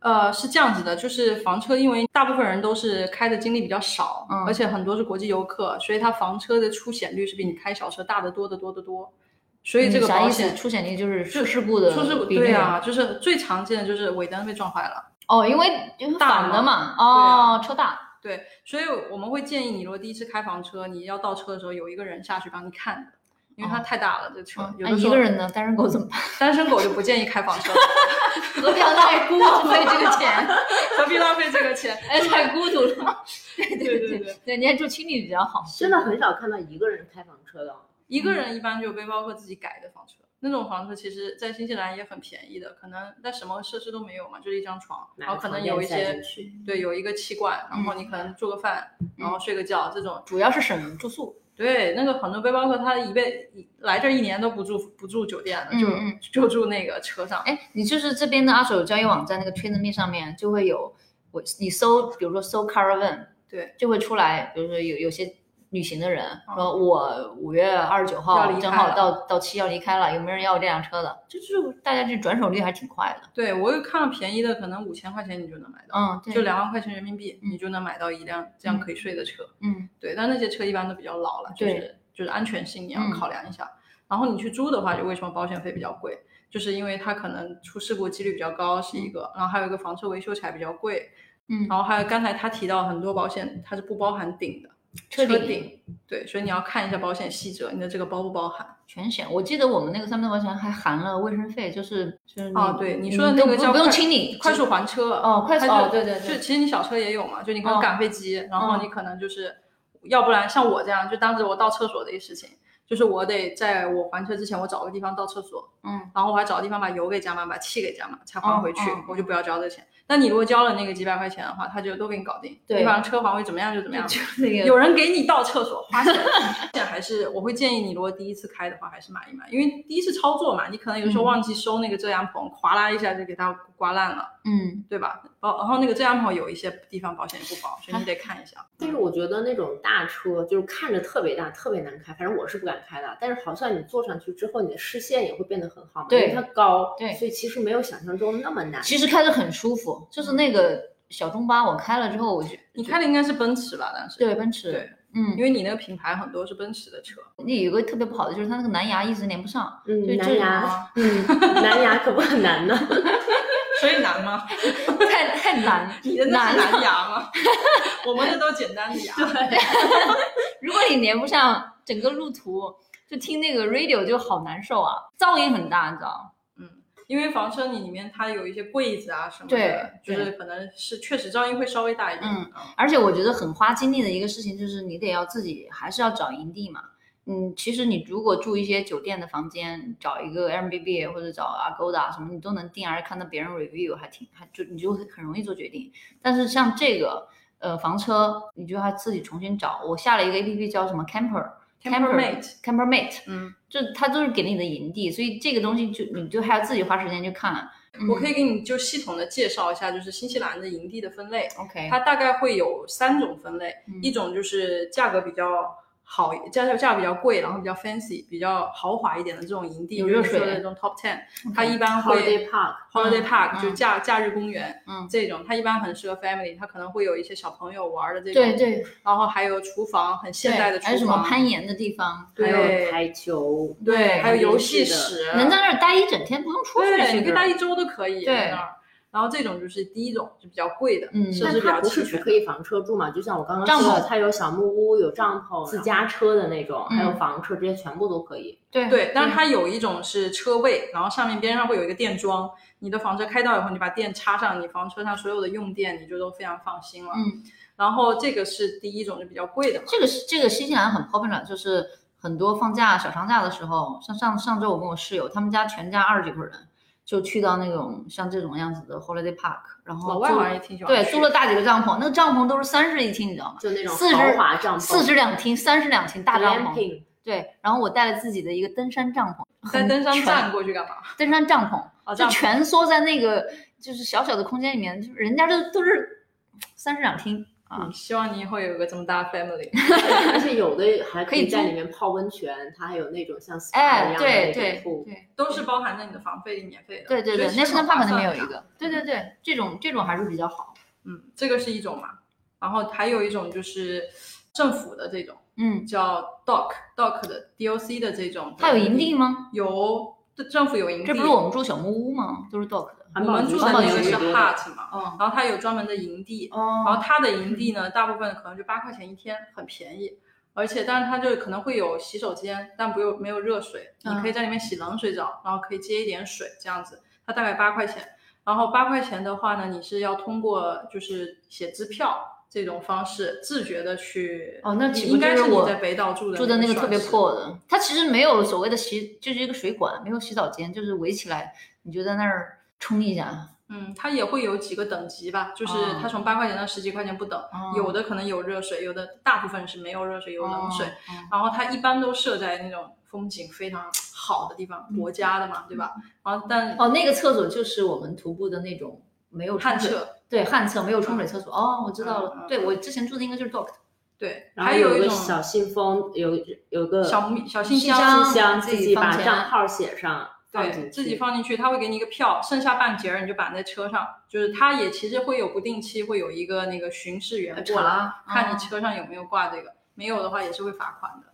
[SPEAKER 2] 呃，是这样子的，就是房车，因为大部分人都是开的经历比较少，
[SPEAKER 1] 嗯
[SPEAKER 2] 而且很多是国际游客，所以它房车的出险率是比你开小车大得多得多得多。所以这
[SPEAKER 1] 嗯
[SPEAKER 2] 个
[SPEAKER 1] 啥
[SPEAKER 2] 保
[SPEAKER 1] 意思？
[SPEAKER 2] 险
[SPEAKER 1] 出险率就是出
[SPEAKER 2] 就
[SPEAKER 1] 事故的
[SPEAKER 2] 出事故，
[SPEAKER 1] 比例
[SPEAKER 2] 对啊，就是最常见的就是尾灯被撞坏了，
[SPEAKER 1] 哦，因为因为
[SPEAKER 2] 大
[SPEAKER 1] 反的嘛，
[SPEAKER 2] 嘛啊
[SPEAKER 1] 哦，车大，
[SPEAKER 2] 对，所以我们会建议你，如果第一次开房车，你要倒车的时候有一个人下去帮你看的，因为它
[SPEAKER 1] 哦
[SPEAKER 2] 太大了，这车、
[SPEAKER 1] 嗯
[SPEAKER 2] 有
[SPEAKER 1] 那
[SPEAKER 2] 的时
[SPEAKER 1] 一
[SPEAKER 2] 候
[SPEAKER 1] 个人呢，单身狗怎么办？
[SPEAKER 2] 单身狗就不建议开房车了，
[SPEAKER 1] 何必要太孤 浪费这个钱？
[SPEAKER 2] 何必浪费这个钱？
[SPEAKER 1] 哎，太孤独了。 对
[SPEAKER 2] 对对
[SPEAKER 1] 对
[SPEAKER 2] 对
[SPEAKER 1] 对，你还住青旅比较好。
[SPEAKER 3] 真的很少看到一个人开房车的。
[SPEAKER 2] 一
[SPEAKER 1] 嗯
[SPEAKER 2] 个人一般就背包客自己改的房车，那种房车其实在新西兰也很便宜的，可能但什么设施都没有嘛，就是一张床，
[SPEAKER 3] 买
[SPEAKER 2] 然后
[SPEAKER 3] 个
[SPEAKER 2] 哦可能
[SPEAKER 3] 床
[SPEAKER 2] 有
[SPEAKER 3] 垫
[SPEAKER 2] 一
[SPEAKER 3] 塞
[SPEAKER 2] 些
[SPEAKER 3] 进去
[SPEAKER 2] 对有一个气罐，然后你可能
[SPEAKER 1] 嗯
[SPEAKER 2] 做个饭，然后睡个觉这种。
[SPEAKER 1] 主要是省住宿，
[SPEAKER 2] 对，那个很多背包客他一辈来这儿一年都不住不住酒店的，就、
[SPEAKER 1] 嗯嗯
[SPEAKER 2] 就住那个车上。
[SPEAKER 1] 哎，你就是这边的二手交易网站那个 TradeMe 上面就会有，我你搜，比如说搜 caravan，
[SPEAKER 2] 对，哦
[SPEAKER 1] 就会出来，比如说有有些旅行的人，说我五月二十九
[SPEAKER 2] 要
[SPEAKER 1] 号
[SPEAKER 2] 离开
[SPEAKER 1] 正好
[SPEAKER 2] 了
[SPEAKER 1] 到到期要离开了，有没有人要我这辆车的？这就是大家这转手率还挺快的。
[SPEAKER 2] 对我有看了便宜的，可能五千块钱你就能买到，
[SPEAKER 1] 嗯，对，
[SPEAKER 2] 就两万块钱人民币，
[SPEAKER 1] 嗯
[SPEAKER 2] 你就能买到一辆这样可以睡的车。
[SPEAKER 1] 嗯
[SPEAKER 2] 对，但那些车一般都比较老了，就
[SPEAKER 1] 对
[SPEAKER 2] 是就是安全性你要
[SPEAKER 1] 嗯
[SPEAKER 2] 考量一下。然后你去租的话，就为什么保险费比较贵，就是因为它可能出事故几率比较高是一个，然后还有一个房车维修起来比较贵，
[SPEAKER 1] 嗯，
[SPEAKER 2] 然后还有刚才他提到很多保险它是不包含顶的，
[SPEAKER 1] 车
[SPEAKER 2] 车
[SPEAKER 1] 顶
[SPEAKER 2] 顶，对，所以你要看一下保险细则，你的这个包不包含？
[SPEAKER 1] 全险。我记得我们那个三倍保险还含了卫生费，就是就是
[SPEAKER 2] 哦，
[SPEAKER 1] 你
[SPEAKER 2] 对，你
[SPEAKER 1] 你
[SPEAKER 2] 说的那
[SPEAKER 1] 都
[SPEAKER 2] 个
[SPEAKER 1] 不
[SPEAKER 2] 叫
[SPEAKER 1] 不用
[SPEAKER 2] 快
[SPEAKER 1] 清理，
[SPEAKER 2] 快
[SPEAKER 1] 只
[SPEAKER 2] 速还车
[SPEAKER 1] 哦快速
[SPEAKER 2] 它就
[SPEAKER 1] 哦对对对
[SPEAKER 2] 就其实你小车也有嘛，就你可能
[SPEAKER 1] 哦
[SPEAKER 2] 赶飞机，然后
[SPEAKER 1] 嗯
[SPEAKER 2] 你可能就是，要不然像我这样，就当时我倒厕所的一个事情，就是我得在我还车之前，我找个地方倒厕所，
[SPEAKER 1] 嗯
[SPEAKER 2] 然后我还找地方把油给加满，把气给加满，才还回去，
[SPEAKER 1] 嗯嗯
[SPEAKER 2] 我就不要交这钱。那你如果交了那个几百块钱的话，他就都给你搞定，
[SPEAKER 1] 对
[SPEAKER 2] 你把车还回怎么样就怎么样。
[SPEAKER 1] 就是那个
[SPEAKER 2] 有人给你倒厕所，花钱， 这还是我会建议你，如果第一次开的话，还是买一买，因为第一次操作嘛，你可能有时
[SPEAKER 1] 嗯
[SPEAKER 2] 候忘记收那个遮阳棚，哗啦一下就给它刮烂了，
[SPEAKER 1] 嗯
[SPEAKER 2] 对吧？包然后那个遮阳棚有一些地方保险也不保，所以你得看一
[SPEAKER 1] 啊
[SPEAKER 2] 下。
[SPEAKER 3] 但是我觉得那种大车就是看着特别大，特别难开，反正我是不敢开的。但是好像你坐上去之后，你的视线也会变得很好嘛，因为
[SPEAKER 1] 对
[SPEAKER 3] 它高，
[SPEAKER 1] 对
[SPEAKER 3] 所以其实没有想象中那么难。
[SPEAKER 1] 其实开的很舒服，就是那个小中巴，我开了之后，我就
[SPEAKER 2] 你开的应该是奔驰吧？当时
[SPEAKER 1] 对奔驰，
[SPEAKER 2] 对，
[SPEAKER 1] 嗯
[SPEAKER 2] 因，为你那个品牌很多是奔驰的车，
[SPEAKER 1] 那有个特别不好的就是它那个蓝牙一直连不 上，
[SPEAKER 3] 嗯，
[SPEAKER 1] 对这
[SPEAKER 3] 蓝
[SPEAKER 1] 种
[SPEAKER 3] 牙
[SPEAKER 1] 啊，
[SPEAKER 3] 嗯，蓝牙可不很难呢。
[SPEAKER 2] 所以难吗？
[SPEAKER 1] 太太难，
[SPEAKER 2] 你的
[SPEAKER 1] 难
[SPEAKER 2] 那是蓝
[SPEAKER 1] 了。
[SPEAKER 2] 牙 吗？我们的都简单的牙。
[SPEAKER 1] 如果你连不上，整个路途就听那个 radio 就好难受啊，噪音很大，你知道？
[SPEAKER 2] 因为房车你里面它有一些柜子啊什么的
[SPEAKER 1] 对，
[SPEAKER 2] 就是可能是确实噪音会稍微大一点。
[SPEAKER 1] 嗯而且我觉得很花精力的一个事情就是你得要自己还是要找营地嘛。嗯，其实你如果住一些酒店的房间，找一个 Airbnb 或者找 Agoda 什么，你都能定，而且看到别人 review 还挺还就你就很容易做决定。但是像这个呃房车，你就要自己重新找。我下了一个 APP 叫什么 Camper
[SPEAKER 2] Campermate
[SPEAKER 1] Camper Mate，
[SPEAKER 2] 嗯，
[SPEAKER 1] 就它都是给你的营地，所以这个东西就你就还要自己花时间去看。
[SPEAKER 2] 我可以给你就系统的介绍一下，就是新西兰的营地的分类，
[SPEAKER 1] OK，
[SPEAKER 2] 它大概会有三种分类，
[SPEAKER 1] 嗯
[SPEAKER 2] 一种就是价格比较。好，价格价格比较贵，然后比较 fancy、比较豪华一点的这种营地，
[SPEAKER 1] 有热
[SPEAKER 2] 就是你说
[SPEAKER 1] 水
[SPEAKER 2] 的那种 top ten，它一
[SPEAKER 1] OK
[SPEAKER 2] 般会
[SPEAKER 3] Holiday park
[SPEAKER 2] holiday park
[SPEAKER 1] 嗯
[SPEAKER 2] 就假假日公园，
[SPEAKER 1] 嗯
[SPEAKER 2] 这种它一般很适合 family，它可能会有一些小朋友玩的这种，
[SPEAKER 1] 对对
[SPEAKER 2] 然后还有厨房，很现代的
[SPEAKER 1] 对还
[SPEAKER 2] 厨房，
[SPEAKER 1] 有什么攀岩的地方，
[SPEAKER 3] 还有
[SPEAKER 2] 对
[SPEAKER 3] 台球，
[SPEAKER 2] 对，还有游戏
[SPEAKER 3] 是的
[SPEAKER 2] 室，
[SPEAKER 1] 能在那儿待一整天不用出去，
[SPEAKER 2] 嗯对，
[SPEAKER 1] 其
[SPEAKER 2] 你可以
[SPEAKER 1] 实
[SPEAKER 2] 待一周都可以
[SPEAKER 1] 对
[SPEAKER 2] 在那儿。然后这种就是第一种，就比较贵的，
[SPEAKER 1] 嗯
[SPEAKER 2] 设
[SPEAKER 3] 但
[SPEAKER 2] 施比
[SPEAKER 3] 它
[SPEAKER 2] 较
[SPEAKER 3] 不
[SPEAKER 2] 齐
[SPEAKER 3] 是只
[SPEAKER 2] 全。
[SPEAKER 3] 可以房车住嘛？就像我刚刚
[SPEAKER 1] 帐
[SPEAKER 3] 说的，
[SPEAKER 1] 篷
[SPEAKER 3] 它有小木屋、有帐篷、自家车的那种，还有
[SPEAKER 1] 嗯
[SPEAKER 3] 房车，这些全部都可以。
[SPEAKER 1] 对
[SPEAKER 2] 对，但是它有一种是车位，然后上面边上会有一个电桩，你的房车开到以后，你把电插上，你房车上所有的用电，你就都非常放心了。
[SPEAKER 1] 嗯，
[SPEAKER 2] 然后这个是第一种，就比较贵的嘛。
[SPEAKER 1] 这个是这个新西兰很 popular，就是很多放假小长假的时候，像上上周我跟我室友，他们家全家二十几口人，就去到那种像这种样子的 holiday park，然后
[SPEAKER 2] 老外
[SPEAKER 1] 租
[SPEAKER 2] 好像也挺喜欢
[SPEAKER 1] 对
[SPEAKER 2] 去
[SPEAKER 1] 租了大几个帐篷，那个帐篷都是三室一厅，你知道吗？
[SPEAKER 3] 就那种
[SPEAKER 1] 四
[SPEAKER 3] 豪
[SPEAKER 1] 室
[SPEAKER 3] 华帐篷
[SPEAKER 1] 四室两厅，三室两厅大帐篷。
[SPEAKER 3] glamping，
[SPEAKER 1] 对，然后我带了自己的一个登山帐篷，
[SPEAKER 2] 在
[SPEAKER 1] 很
[SPEAKER 2] 登山
[SPEAKER 1] 全
[SPEAKER 2] 站过去干嘛？
[SPEAKER 1] 登山帐篷，
[SPEAKER 2] 啊，
[SPEAKER 1] 就
[SPEAKER 2] 这样
[SPEAKER 1] 蜷缩在那个就是小小的空间里面，就是人家都都是三室两厅啊，
[SPEAKER 2] 希望你以后有个这么大的 family。
[SPEAKER 3] 而且有的还可
[SPEAKER 1] 可以
[SPEAKER 3] 以
[SPEAKER 1] 租
[SPEAKER 3] 在里面泡温泉，它还有那种像 spa 一
[SPEAKER 1] 哎，
[SPEAKER 3] 样的
[SPEAKER 1] 对
[SPEAKER 3] 那
[SPEAKER 1] 对
[SPEAKER 3] 种铺。
[SPEAKER 1] 对
[SPEAKER 2] 都是包含在你的房费里免费的。
[SPEAKER 1] 对对对
[SPEAKER 2] 所以其
[SPEAKER 1] ，National
[SPEAKER 2] 实很划
[SPEAKER 1] Park 那
[SPEAKER 2] 算
[SPEAKER 1] 边有
[SPEAKER 2] 的啊
[SPEAKER 1] 一个，对对对，这种这种还是比较好，
[SPEAKER 2] 嗯，这个是一种嘛，然后还有一种就是政府的这种
[SPEAKER 1] 嗯，
[SPEAKER 2] 叫 DOC DOC 的 DOC 的这种，
[SPEAKER 1] 它有营地吗？
[SPEAKER 2] 有对政府有营地，
[SPEAKER 1] 这不是我们住小木屋吗？都是 dock 的，
[SPEAKER 2] 我
[SPEAKER 3] 环保
[SPEAKER 2] 们
[SPEAKER 3] 局
[SPEAKER 2] 住的那
[SPEAKER 1] 环
[SPEAKER 2] 个嗯
[SPEAKER 1] 保局
[SPEAKER 2] 是
[SPEAKER 1] 多
[SPEAKER 3] 的
[SPEAKER 2] hut 嘛，
[SPEAKER 1] 哦
[SPEAKER 2] 然后它有专门的营地，然后
[SPEAKER 1] 哦，
[SPEAKER 2] 它的营地呢，大部分可能就八块钱一天，很便宜。而且，但是它就可能会有洗手间，但不用没有热水，你
[SPEAKER 1] 嗯
[SPEAKER 2] 可以在里面洗冷水澡，然后可以接一点水这样子。它大概八块钱，然后八块钱的话呢，你是要通过就是写支票这种方式自觉的去
[SPEAKER 1] 哦那
[SPEAKER 2] 你
[SPEAKER 1] 岂不
[SPEAKER 2] 应该
[SPEAKER 1] 就是
[SPEAKER 2] 你
[SPEAKER 1] 我
[SPEAKER 2] 在北岛住的
[SPEAKER 1] 住的那个
[SPEAKER 2] 个
[SPEAKER 1] 特别
[SPEAKER 2] 算是
[SPEAKER 1] 破的，它其实没有所谓的洗，就是一个水管，没有洗澡间，就是围起来，你就在那儿冲一下，
[SPEAKER 2] 嗯，它也会有几个等级吧，就是
[SPEAKER 1] 哦
[SPEAKER 2] 它从八块钱到十几块钱不等，
[SPEAKER 1] 哦
[SPEAKER 2] 有的可能有热水，有的大部分是没有热水，有冷水，
[SPEAKER 1] 哦，哦
[SPEAKER 2] 然后它一般都设在那种风景非常好的地方，国家的嘛，对吧？然后但
[SPEAKER 1] 嗯哦，那个厕所就是我们徒步的那种没有
[SPEAKER 2] 旱
[SPEAKER 1] 冲水
[SPEAKER 2] 厕，
[SPEAKER 1] 对旱厕没有冲水厕所，哦，我知道
[SPEAKER 2] 嗯嗯
[SPEAKER 1] 了，对我之前住的应该就是 dock，
[SPEAKER 2] 对，
[SPEAKER 3] 然后
[SPEAKER 2] 还有
[SPEAKER 3] 一
[SPEAKER 2] 一
[SPEAKER 3] 个
[SPEAKER 2] 种
[SPEAKER 3] 小信封，有有个
[SPEAKER 2] 小米小信
[SPEAKER 1] 信
[SPEAKER 2] 箱，
[SPEAKER 1] 箱
[SPEAKER 3] 信箱，
[SPEAKER 1] 自己
[SPEAKER 3] 自己
[SPEAKER 1] 放
[SPEAKER 3] 把
[SPEAKER 1] 钱
[SPEAKER 3] 账号写上，放进
[SPEAKER 2] 对，自己
[SPEAKER 3] 去
[SPEAKER 2] 放进去，他会给你一个票，剩下半截儿你就绑在车上。就是他也其实会有不定期会有一个那个巡视员过来，
[SPEAKER 1] 查
[SPEAKER 2] 看你
[SPEAKER 1] 哦
[SPEAKER 2] 车上有没有挂这个，没有的话也是会罚款的。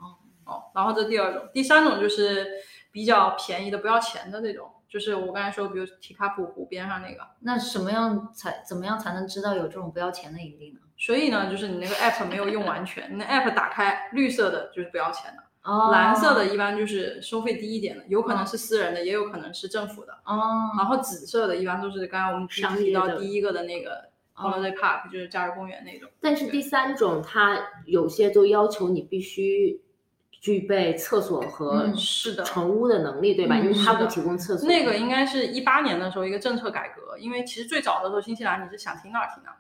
[SPEAKER 2] 哦，然后这第二种，第三种就是比较便宜的不要钱的那种，就是我刚才说，比如提卡普湖边上那个。
[SPEAKER 1] 那什么样才怎么样才能知道有这种不要钱的盈利呢？
[SPEAKER 2] 所以呢，就是你那个 app 没有用完全，你那 app 打开，绿色的就是不要钱的，
[SPEAKER 1] 哦
[SPEAKER 2] 蓝色的一般就是收费低一点的，有可能是私人的，也有可能是政府的。
[SPEAKER 1] 哦，
[SPEAKER 2] 然后紫色的一般都是刚才我们提
[SPEAKER 3] 商业
[SPEAKER 2] 提到
[SPEAKER 3] 的
[SPEAKER 2] 第一个的那个
[SPEAKER 1] 嗯
[SPEAKER 2] holiday park，、就是假日公园那种。
[SPEAKER 3] 但是第三种，它有些就要求你必须具备厕所和
[SPEAKER 1] 嗯
[SPEAKER 2] 是的，
[SPEAKER 3] 成屋的能力，对吧？
[SPEAKER 1] 嗯
[SPEAKER 3] 因为它
[SPEAKER 2] 是的
[SPEAKER 3] 不提供厕所。
[SPEAKER 2] 那个应该是一八年的时候一个政策改革，因为其实最早的时候新西兰你是想停哪儿停哪儿，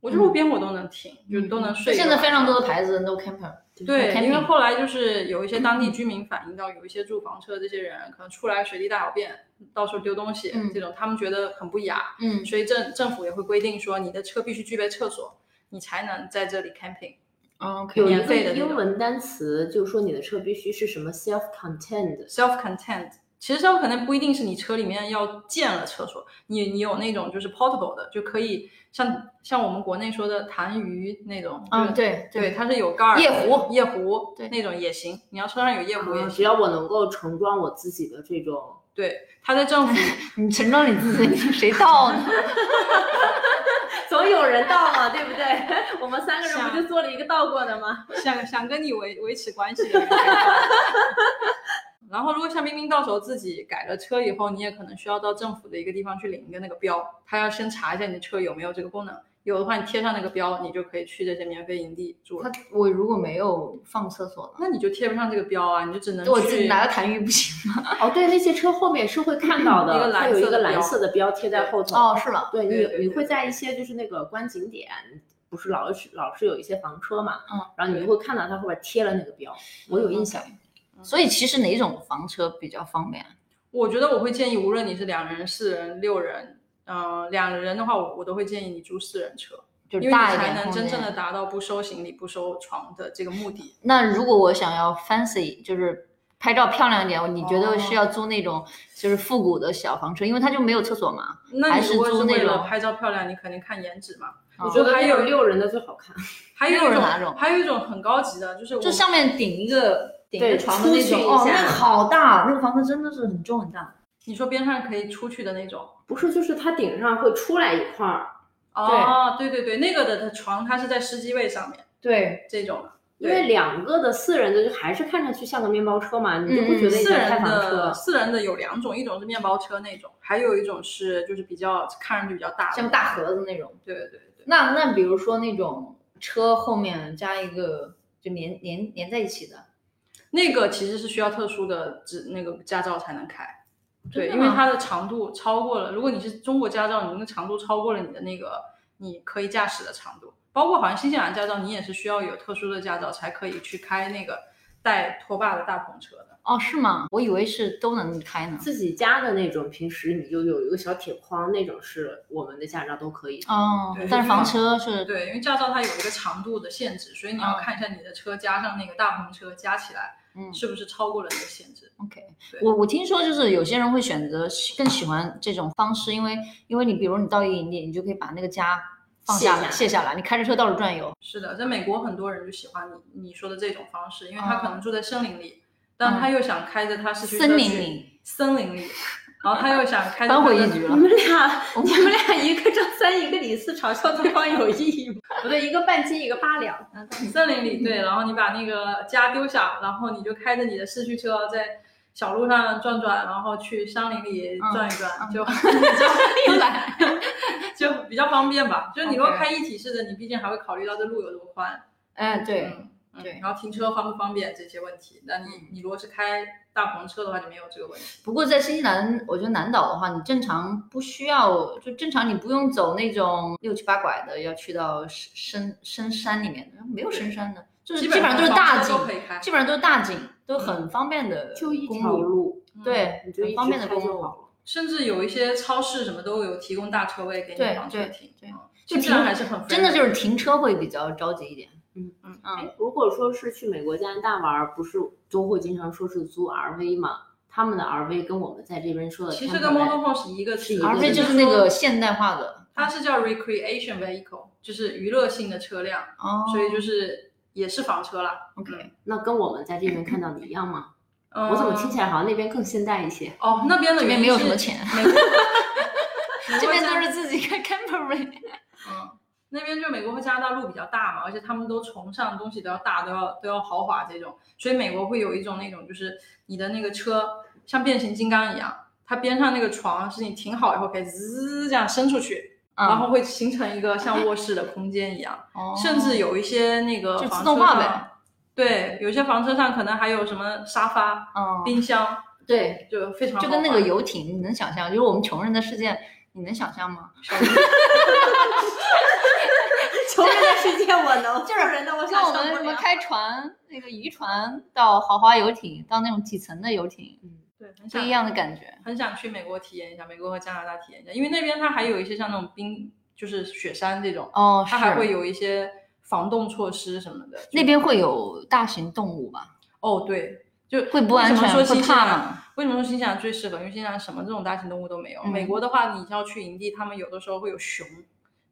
[SPEAKER 2] 我这路边我都能停，就是都能睡
[SPEAKER 1] 嗯
[SPEAKER 2] 一个晚上。嗯
[SPEAKER 1] 现在非常多的牌子 no camper，
[SPEAKER 2] 对，
[SPEAKER 1] camping
[SPEAKER 2] 因为后来就是有一些当地居民反映到，有一些住房车这些人可能出来随地大小便，到处丢东西、
[SPEAKER 1] 嗯
[SPEAKER 2] 这种，他们觉得很不雅，
[SPEAKER 1] 嗯，
[SPEAKER 2] 所以政政府也会规定说，你的车必须具备厕所，你才能在这里 camping。
[SPEAKER 1] 哦，OK，
[SPEAKER 3] 有一
[SPEAKER 2] 免
[SPEAKER 3] 个
[SPEAKER 2] 费的那
[SPEAKER 3] 英
[SPEAKER 2] 种
[SPEAKER 3] 文单词，就是说你的车必须是什么 self-contained，
[SPEAKER 2] self-contained。其实 self 可能不一定是你车里面要建了厕所，你你有那种就是 portable 的，就可以像像我们国内说的痰盂那种，
[SPEAKER 1] 嗯，
[SPEAKER 2] 对
[SPEAKER 1] 对
[SPEAKER 2] 对，，它是有盖儿的
[SPEAKER 1] 夜壶
[SPEAKER 2] 夜壶
[SPEAKER 1] 对
[SPEAKER 2] 那种也行，你要车上有夜壶也
[SPEAKER 3] 啊
[SPEAKER 2] 行。
[SPEAKER 3] 只要我能够盛装我自己的这种，
[SPEAKER 2] 对，它 在政府
[SPEAKER 1] 你盛装你自己，你谁到呢？
[SPEAKER 3] 总有人到嘛，对不对？ 我们三个人不就做了一个到过的吗？
[SPEAKER 2] 想想跟你维维持关系的人。然后，如果像冰冰到时候自己改了车以后，你也可能需要到政府的一个地方去领一个那个标，他要先查一下你的车有没有这个功能，有的话你贴上那个标，你就可以去这些免费营地住了
[SPEAKER 1] 他。我如果没有放厕所呢？
[SPEAKER 2] 那你就贴不上这个标啊，你就只能
[SPEAKER 1] 我自己
[SPEAKER 2] 去
[SPEAKER 1] 拿个痰盂不 行吗？
[SPEAKER 3] 哦，对，那些车后面是会看到
[SPEAKER 2] 一个
[SPEAKER 3] 的，
[SPEAKER 2] 蓝
[SPEAKER 3] 会有一
[SPEAKER 2] 色的
[SPEAKER 3] 个蓝
[SPEAKER 2] 标
[SPEAKER 3] 色的标贴在后头。
[SPEAKER 1] 哦，是吗？
[SPEAKER 3] 对
[SPEAKER 2] 对对
[SPEAKER 3] 你，你
[SPEAKER 2] 对
[SPEAKER 3] 会在一些就是那个观景点，不是老是老是有一些房车嘛，
[SPEAKER 1] 嗯，
[SPEAKER 3] 然后你
[SPEAKER 2] 对
[SPEAKER 3] 就会看到它后边贴了那个标，我有印象。
[SPEAKER 1] 所以其实哪种房车比较方便？
[SPEAKER 2] 我觉得我会建议，无论你是两人、四人、六人，嗯、两人的话我我都会建议你租四人车，
[SPEAKER 1] 就是
[SPEAKER 2] 因为
[SPEAKER 1] 大
[SPEAKER 2] 你
[SPEAKER 1] 一
[SPEAKER 2] 才
[SPEAKER 1] 点
[SPEAKER 2] 能
[SPEAKER 1] 空
[SPEAKER 2] 真正的
[SPEAKER 1] 间。
[SPEAKER 2] 达到不收行李、不收床的这个目的。
[SPEAKER 1] 那如果我想要 fancy，就是拍照漂亮一点，你觉
[SPEAKER 2] 哦
[SPEAKER 1] 得是要租那种就是复古的小房车，因为它就没有厕所嘛？
[SPEAKER 2] 那
[SPEAKER 1] 还
[SPEAKER 2] 你
[SPEAKER 1] 是
[SPEAKER 2] 如果
[SPEAKER 1] 租
[SPEAKER 2] 是
[SPEAKER 1] 那
[SPEAKER 2] 为了
[SPEAKER 1] 种
[SPEAKER 2] 拍照漂亮，你肯定看颜值嘛。
[SPEAKER 1] 我
[SPEAKER 3] 我觉得
[SPEAKER 2] 还
[SPEAKER 3] 那
[SPEAKER 2] 有
[SPEAKER 3] 种六人的最好看，
[SPEAKER 2] 还有
[SPEAKER 1] 还有
[SPEAKER 2] 一种
[SPEAKER 1] 哪种
[SPEAKER 2] 还有一种很高级的，就是我
[SPEAKER 1] 就上面顶一个顶一
[SPEAKER 3] 对
[SPEAKER 1] 个床的那
[SPEAKER 3] 出去
[SPEAKER 1] 种，
[SPEAKER 3] 一
[SPEAKER 1] 哦，
[SPEAKER 3] 下
[SPEAKER 1] 那好大，那个房子真的是很重很大。
[SPEAKER 2] 你说边上可以出去的那种。
[SPEAKER 3] 不是就是它顶上会出来一块儿，
[SPEAKER 2] 哦，对对对，那个的它床它是在司机位上面
[SPEAKER 1] 对，
[SPEAKER 2] 这种的。
[SPEAKER 3] 因
[SPEAKER 2] 对
[SPEAKER 3] 为两个的四人的就还是看上去像个面包车嘛，你就不觉得你
[SPEAKER 2] 四
[SPEAKER 3] 在开
[SPEAKER 2] 人
[SPEAKER 3] 房
[SPEAKER 2] 的
[SPEAKER 3] 车？
[SPEAKER 2] 四人的有两种，一种是面包车那种，还有一种是就是比较看上去比较大的，
[SPEAKER 1] 像大盒子那种。
[SPEAKER 2] 对。对对对，
[SPEAKER 1] 那那比如说那种车后面加一个就粘粘粘在一起的，
[SPEAKER 2] 那个其实是需要特殊的执那个驾照才能开，对，
[SPEAKER 1] 真的
[SPEAKER 2] 因为
[SPEAKER 1] 吗
[SPEAKER 2] 它的长度超过了，如果你是中国驾照，你那个长度超过了你的那个你可以驾驶的长度，包括好像新西兰驾照，你也是需要有特殊的驾照才可以去开那个带拖把的大篷车的。
[SPEAKER 1] 哦，是吗？我以为是都能开呢。
[SPEAKER 3] 自己家的那种，平时你就有一个小铁框那种，是我们的驾照都可以。
[SPEAKER 1] 哦
[SPEAKER 2] 对，
[SPEAKER 1] 但
[SPEAKER 2] 是
[SPEAKER 1] 是
[SPEAKER 2] 吧
[SPEAKER 1] 房 车是，
[SPEAKER 2] 对，因为驾照它有一个长度的限制，所以你要看一下你的车加上那个大篷车加起来
[SPEAKER 1] 嗯
[SPEAKER 2] 是不是超过了那个限制。
[SPEAKER 1] ，OK
[SPEAKER 2] 对。
[SPEAKER 1] 我我听说就是有些人会选择喜更喜欢这种方式，因为因为你比如你到一个营地，你就可以把那个家放
[SPEAKER 3] 卸
[SPEAKER 1] 下
[SPEAKER 3] 下
[SPEAKER 1] 来，卸下来，你开着车到处转 悠。
[SPEAKER 2] 是的，在美国很多人就喜欢你你说的这种方式，因为他
[SPEAKER 1] 哦嗯
[SPEAKER 2] 可能住在森林里，但他又想开着他市区车
[SPEAKER 1] 森林
[SPEAKER 2] 去
[SPEAKER 1] 里，
[SPEAKER 2] 森林里，然后他又想开着
[SPEAKER 1] 扳
[SPEAKER 2] 他
[SPEAKER 1] 回
[SPEAKER 2] 的
[SPEAKER 1] 一局
[SPEAKER 3] 你
[SPEAKER 1] 了。
[SPEAKER 3] 们俩， 你们俩一个张三，一个李四，嘲笑对方有意义吗？ 不对，一个半斤，一个八两。
[SPEAKER 1] 嗯
[SPEAKER 2] 森林里，对，然后你把那个家丢下，然后你就开着你的市区车在小路上转转，然后去山林里转一转，就
[SPEAKER 1] 嗯 又来，
[SPEAKER 2] 就比较方便吧。就是你如果
[SPEAKER 1] OK
[SPEAKER 2] 开一体式的，你毕竟还会考虑到这路有多宽，
[SPEAKER 1] 哎，对，
[SPEAKER 2] 嗯嗯
[SPEAKER 1] 对
[SPEAKER 2] 然后停车方不方便这些问题。那你你如果是开大篷车的话，就没有这个问题。
[SPEAKER 1] 不过在新西兰，我觉得南岛的话，你正常不需要，就正常你不用走那种六七八拐的，要去到深深深山里面，没有深山的，就是基本上都是大
[SPEAKER 2] 基
[SPEAKER 1] 景
[SPEAKER 2] 本上房车都可以开，
[SPEAKER 1] 基本上都是大景，都很方便的
[SPEAKER 3] 就一
[SPEAKER 1] 公
[SPEAKER 3] 条
[SPEAKER 1] 路，
[SPEAKER 3] 路，
[SPEAKER 2] 嗯，
[SPEAKER 1] 对，
[SPEAKER 3] 你就一
[SPEAKER 1] 很
[SPEAKER 3] 直
[SPEAKER 1] 方便的
[SPEAKER 3] 开
[SPEAKER 1] 公
[SPEAKER 3] 就
[SPEAKER 1] 路。
[SPEAKER 3] 好了。
[SPEAKER 2] 甚至有一些超市什么都有提供大车位给你
[SPEAKER 1] 对
[SPEAKER 2] 房车
[SPEAKER 1] 对
[SPEAKER 2] 停，
[SPEAKER 1] 对
[SPEAKER 2] 嗯
[SPEAKER 1] 就
[SPEAKER 2] 新西兰
[SPEAKER 1] 停
[SPEAKER 2] 还是很
[SPEAKER 1] 真的就是
[SPEAKER 2] friendly
[SPEAKER 1] 停车会比较着急一点。嗯，
[SPEAKER 3] 哎，如果说是去美国、加拿大玩儿，不是都会经常说是租 RV 吗？他们的 RV 跟我们在这边说的
[SPEAKER 2] 其
[SPEAKER 3] campervan
[SPEAKER 2] 实跟 motor home 是一个
[SPEAKER 3] 是
[SPEAKER 2] 词
[SPEAKER 3] 一个
[SPEAKER 1] 而
[SPEAKER 3] 对
[SPEAKER 1] 非
[SPEAKER 3] 对
[SPEAKER 1] 就是那个现代化的
[SPEAKER 2] 它是叫 recreation vehicle，就是娱乐性的车辆，
[SPEAKER 1] 哦，
[SPEAKER 2] 所以就是也是房车啦。
[SPEAKER 1] OK，
[SPEAKER 3] 那跟我们在这边看到的一样 吗？
[SPEAKER 2] 嗯、
[SPEAKER 3] 我怎么听起来好像那边更现代一些？
[SPEAKER 2] 哦，那边的
[SPEAKER 1] 这边
[SPEAKER 2] 原因
[SPEAKER 1] 没有什
[SPEAKER 2] 是
[SPEAKER 1] 么钱
[SPEAKER 2] 美国
[SPEAKER 1] 这边都是自己开 campervan，
[SPEAKER 2] 嗯，那边就美国和加拿大路比较大嘛，而且他们都崇尚东西都要大，都要都要豪华这种，所以美国会有一种那种就是你的那个车像变形金刚一样，它边上那个床是你停好以后可以滋这样伸出去，
[SPEAKER 1] 啊
[SPEAKER 2] 然后会形成一个像卧室的空间一样，
[SPEAKER 1] 嗯
[SPEAKER 2] 甚至有一些那个
[SPEAKER 1] 就
[SPEAKER 2] 房
[SPEAKER 1] 自动化
[SPEAKER 2] 车
[SPEAKER 1] 呗
[SPEAKER 2] 上。对，有些房车上可能还有什么沙发、
[SPEAKER 1] 哦嗯，
[SPEAKER 2] 冰箱，
[SPEAKER 1] 对，
[SPEAKER 2] 就非常
[SPEAKER 1] 就跟那个
[SPEAKER 2] 有
[SPEAKER 1] 游艇，你能想象？就是我们穷人的世界，你能想象吗？
[SPEAKER 3] 穷人的世界我 能，
[SPEAKER 1] 就是
[SPEAKER 3] 富人的我
[SPEAKER 1] 像我
[SPEAKER 3] 象
[SPEAKER 1] 们
[SPEAKER 3] 不
[SPEAKER 1] 什么
[SPEAKER 3] 了
[SPEAKER 1] 开船，那个渔船到豪华游艇，到那种几层的游艇，
[SPEAKER 3] 嗯
[SPEAKER 2] 对
[SPEAKER 1] 不
[SPEAKER 2] 很想
[SPEAKER 1] 一样的感觉。
[SPEAKER 2] 很想去美国体验一下，美国和加拿大体验一下，因为那边它还有一些像那种冰，就是雪山这种，
[SPEAKER 1] 哦，
[SPEAKER 2] 它还
[SPEAKER 1] 是
[SPEAKER 2] 会有一些防冻措施什么的。就
[SPEAKER 1] 那边会有大型动物吧？
[SPEAKER 2] 哦，对，就
[SPEAKER 1] 会不安
[SPEAKER 2] 为什么
[SPEAKER 1] 全，
[SPEAKER 2] 说
[SPEAKER 1] 会
[SPEAKER 2] 新西啊
[SPEAKER 1] 怕
[SPEAKER 2] 兰？
[SPEAKER 1] 吗？
[SPEAKER 2] 为什么说新西兰最适合？因为新西兰什么这种大型动物都没有。
[SPEAKER 1] 嗯
[SPEAKER 2] 美国的话，你要去营地，他们有的时候会有熊，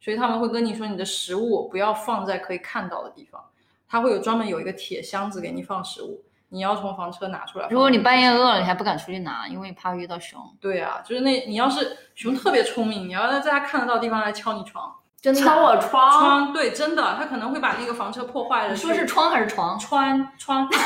[SPEAKER 2] 所以他们会跟你说你的食物不要放在可以看到的地方，它会有专门有一个铁箱子给你放食物，你要从房车拿出来放。
[SPEAKER 1] 如果你半夜饿 了，你还不敢出去拿，因为怕遇到熊。
[SPEAKER 2] 对啊，就是那，你要是熊特别聪明，你要在它看得到的地方来敲你床，
[SPEAKER 1] 真
[SPEAKER 3] 敲我窗，
[SPEAKER 2] 窗对，真的，它可能会把那个房车破坏了。
[SPEAKER 1] 哦你说是窗还是床？
[SPEAKER 2] 穿呃窗窗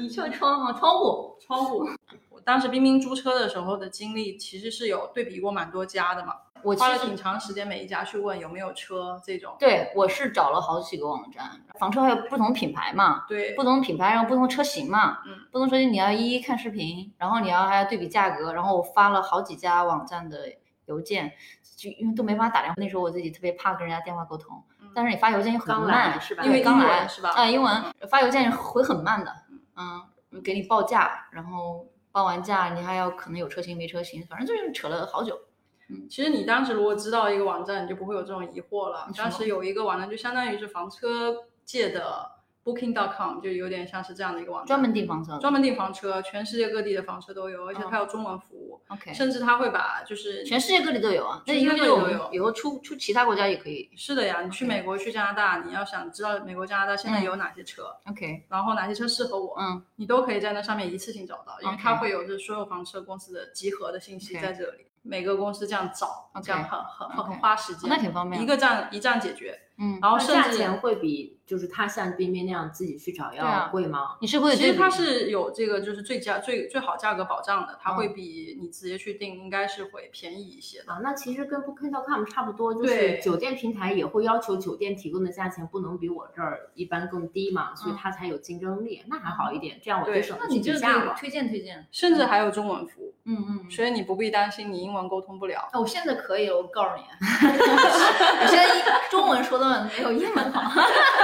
[SPEAKER 1] 你说窗吗？窗户。
[SPEAKER 2] 窗户。我当时冰冰租车的时候的经历，其实是有对比过蛮多家的嘛，
[SPEAKER 1] 我其
[SPEAKER 2] 花了
[SPEAKER 1] 实
[SPEAKER 2] 挺长时间每一家去问有没有车这种。
[SPEAKER 1] 对我是找了好几个网站，房车还有不同品牌嘛，
[SPEAKER 2] 对
[SPEAKER 1] 不同品牌然后不同车型嘛，
[SPEAKER 2] 嗯，
[SPEAKER 1] 不同车型你要一一看视频，然后你要还要对比价格，然后我发了好几家网站的邮件，就因为都没法打电话，那时候我自己特别怕跟人家电话沟通，但是你发邮件又很
[SPEAKER 3] 刚
[SPEAKER 1] 慢
[SPEAKER 3] 来，是吧
[SPEAKER 1] 因为
[SPEAKER 2] 因为
[SPEAKER 1] 刚
[SPEAKER 2] 英文
[SPEAKER 1] 来
[SPEAKER 2] 嗯是吧嗯
[SPEAKER 1] 啊，英文发邮件回很慢的，嗯，给你报价，然后报完价你还要可能有车型没车型，反正就是扯了好久。
[SPEAKER 2] 其实你当时如果知道一个网站，你就不会有这种疑惑了
[SPEAKER 1] 你。说
[SPEAKER 2] 当时有一个网站，就相当于是房车界的 Booking.com，就有点像是这样的一个网站，
[SPEAKER 1] 专门订房车的，
[SPEAKER 2] 专门订房车，全世界各地的房车都有，而且
[SPEAKER 1] 嗯
[SPEAKER 2] 它有中文服务，
[SPEAKER 1] OK，
[SPEAKER 2] 甚至它会把就是
[SPEAKER 1] 全世界各地都有啊。那
[SPEAKER 2] 全世
[SPEAKER 1] 意
[SPEAKER 2] 界
[SPEAKER 1] 味着
[SPEAKER 2] 各地
[SPEAKER 1] 我
[SPEAKER 2] 都
[SPEAKER 1] 们
[SPEAKER 2] 有
[SPEAKER 1] 以后出出其他国家也可以。
[SPEAKER 2] 是的呀，你去
[SPEAKER 1] OK
[SPEAKER 2] 美国、去加拿大，你要想知道美国、加拿大现在有哪些车，
[SPEAKER 1] OK，
[SPEAKER 2] 然后哪些车适合我，
[SPEAKER 1] 嗯
[SPEAKER 2] 你都可以在那上面一次性找到，因为
[SPEAKER 1] OK
[SPEAKER 2] 它会有这所有房车公司的集合的信息
[SPEAKER 1] OK
[SPEAKER 2] 在这里。每个公司这样找
[SPEAKER 1] OK
[SPEAKER 2] 这样很很
[SPEAKER 1] OK
[SPEAKER 2] 很
[SPEAKER 1] 哦
[SPEAKER 2] 很花时间，
[SPEAKER 1] 那挺方便
[SPEAKER 2] 一个站一站解决，
[SPEAKER 1] 嗯，
[SPEAKER 2] 然后
[SPEAKER 3] 那
[SPEAKER 2] 甚
[SPEAKER 3] 价
[SPEAKER 2] 至
[SPEAKER 3] 钱会比就是他像冰冰那样自己去找
[SPEAKER 1] 对啊
[SPEAKER 3] 要贵吗？
[SPEAKER 1] 你是会
[SPEAKER 2] 其
[SPEAKER 1] 对
[SPEAKER 2] 实
[SPEAKER 1] 比
[SPEAKER 2] 它是有这个就是最价最最好价格保障的，它
[SPEAKER 1] 嗯
[SPEAKER 2] 会比你直接去订应该是会便宜一些的。
[SPEAKER 3] 啊，那其实跟 Booking.com 差不多，就
[SPEAKER 2] 对
[SPEAKER 3] 是酒店平台也会要求酒店提供的价钱不能比我这儿一般更低嘛，所以
[SPEAKER 1] 嗯
[SPEAKER 3] 它才有竞争力。那还好一点，这样我就
[SPEAKER 2] 对
[SPEAKER 3] 省
[SPEAKER 1] 那
[SPEAKER 3] 得
[SPEAKER 1] 你啊
[SPEAKER 3] 去
[SPEAKER 1] 就
[SPEAKER 3] 比
[SPEAKER 1] 是
[SPEAKER 3] 价了。
[SPEAKER 1] 推荐推荐。
[SPEAKER 2] 甚至还有中文服务，
[SPEAKER 1] 嗯嗯。
[SPEAKER 2] 所以你不必担心你英文沟通不了。
[SPEAKER 1] 那啊我现在可以了，我告诉 你，我现在英中文说的没有英 文好。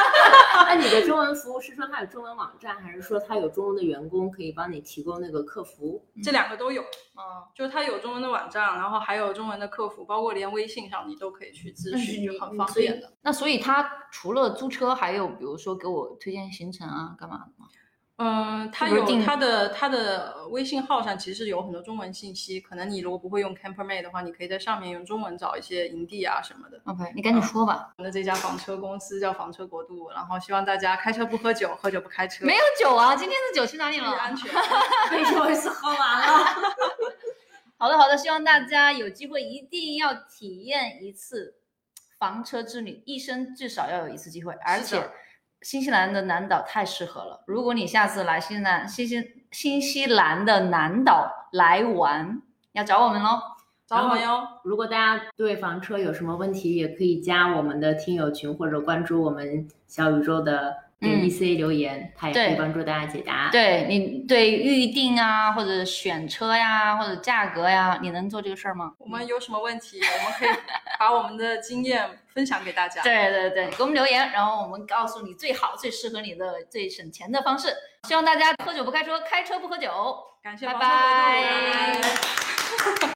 [SPEAKER 3] 那你的中文服务是说它有中文网站，还是说它有中文的员工可以帮你提供那个 客服？
[SPEAKER 1] 嗯
[SPEAKER 2] 这两个都有，
[SPEAKER 1] 哦，
[SPEAKER 2] 就是它有中文的网站，然后还有中文的客服，包括连微信上你都可以去咨询，就很方便的。
[SPEAKER 1] 那嗯所以他除了租车，还有比如说给我推荐行程啊，干嘛的吗？
[SPEAKER 2] 嗯，它
[SPEAKER 1] 是不是
[SPEAKER 2] 有
[SPEAKER 1] 定
[SPEAKER 2] 它的它的微信号上其实有很多中文信息，可能你如果不会用 Campermate 的话，你可以在上面用中文找一些营地啊什么的。
[SPEAKER 1] OK，你赶紧说吧。
[SPEAKER 2] 我们的这家房车公司叫房车国度，然后希望大家开车不喝酒，喝酒不开车，
[SPEAKER 1] 没有酒啊，今天的酒去哪里
[SPEAKER 2] 注意
[SPEAKER 1] 了？
[SPEAKER 2] 安全。
[SPEAKER 3] 为什么是喝完了？
[SPEAKER 1] 好的，好的，希望大家有机会一定要体验一次房车之旅，一生至少要有一次机会。而
[SPEAKER 2] 是的
[SPEAKER 1] 且，新西兰的南岛太适合了。如果你下次来新西兰，新西新西兰的南岛来玩，要找我们哦喽。
[SPEAKER 2] 找我们哟，
[SPEAKER 3] 如果大家对房车有什么问题，也可以加我们的听友群或者关注我们小宇宙的
[SPEAKER 1] 嗯
[SPEAKER 3] E C 留言，它也可
[SPEAKER 1] 对
[SPEAKER 3] 以帮助大家解答。
[SPEAKER 1] 对你对预定啊，或者选车呀，或者价格呀，你能做这个事儿吗？
[SPEAKER 2] 我们有什么问题，我们可以把我们的经验分享给大家。
[SPEAKER 1] 对对对，给我们留言，然后我们告诉你最好、最适合你的、最省钱的方式。希望大家喝酒不开车，开车不喝酒。
[SPEAKER 2] 感谢
[SPEAKER 1] 拜
[SPEAKER 2] 房车国度
[SPEAKER 1] 拜
[SPEAKER 2] 拜拜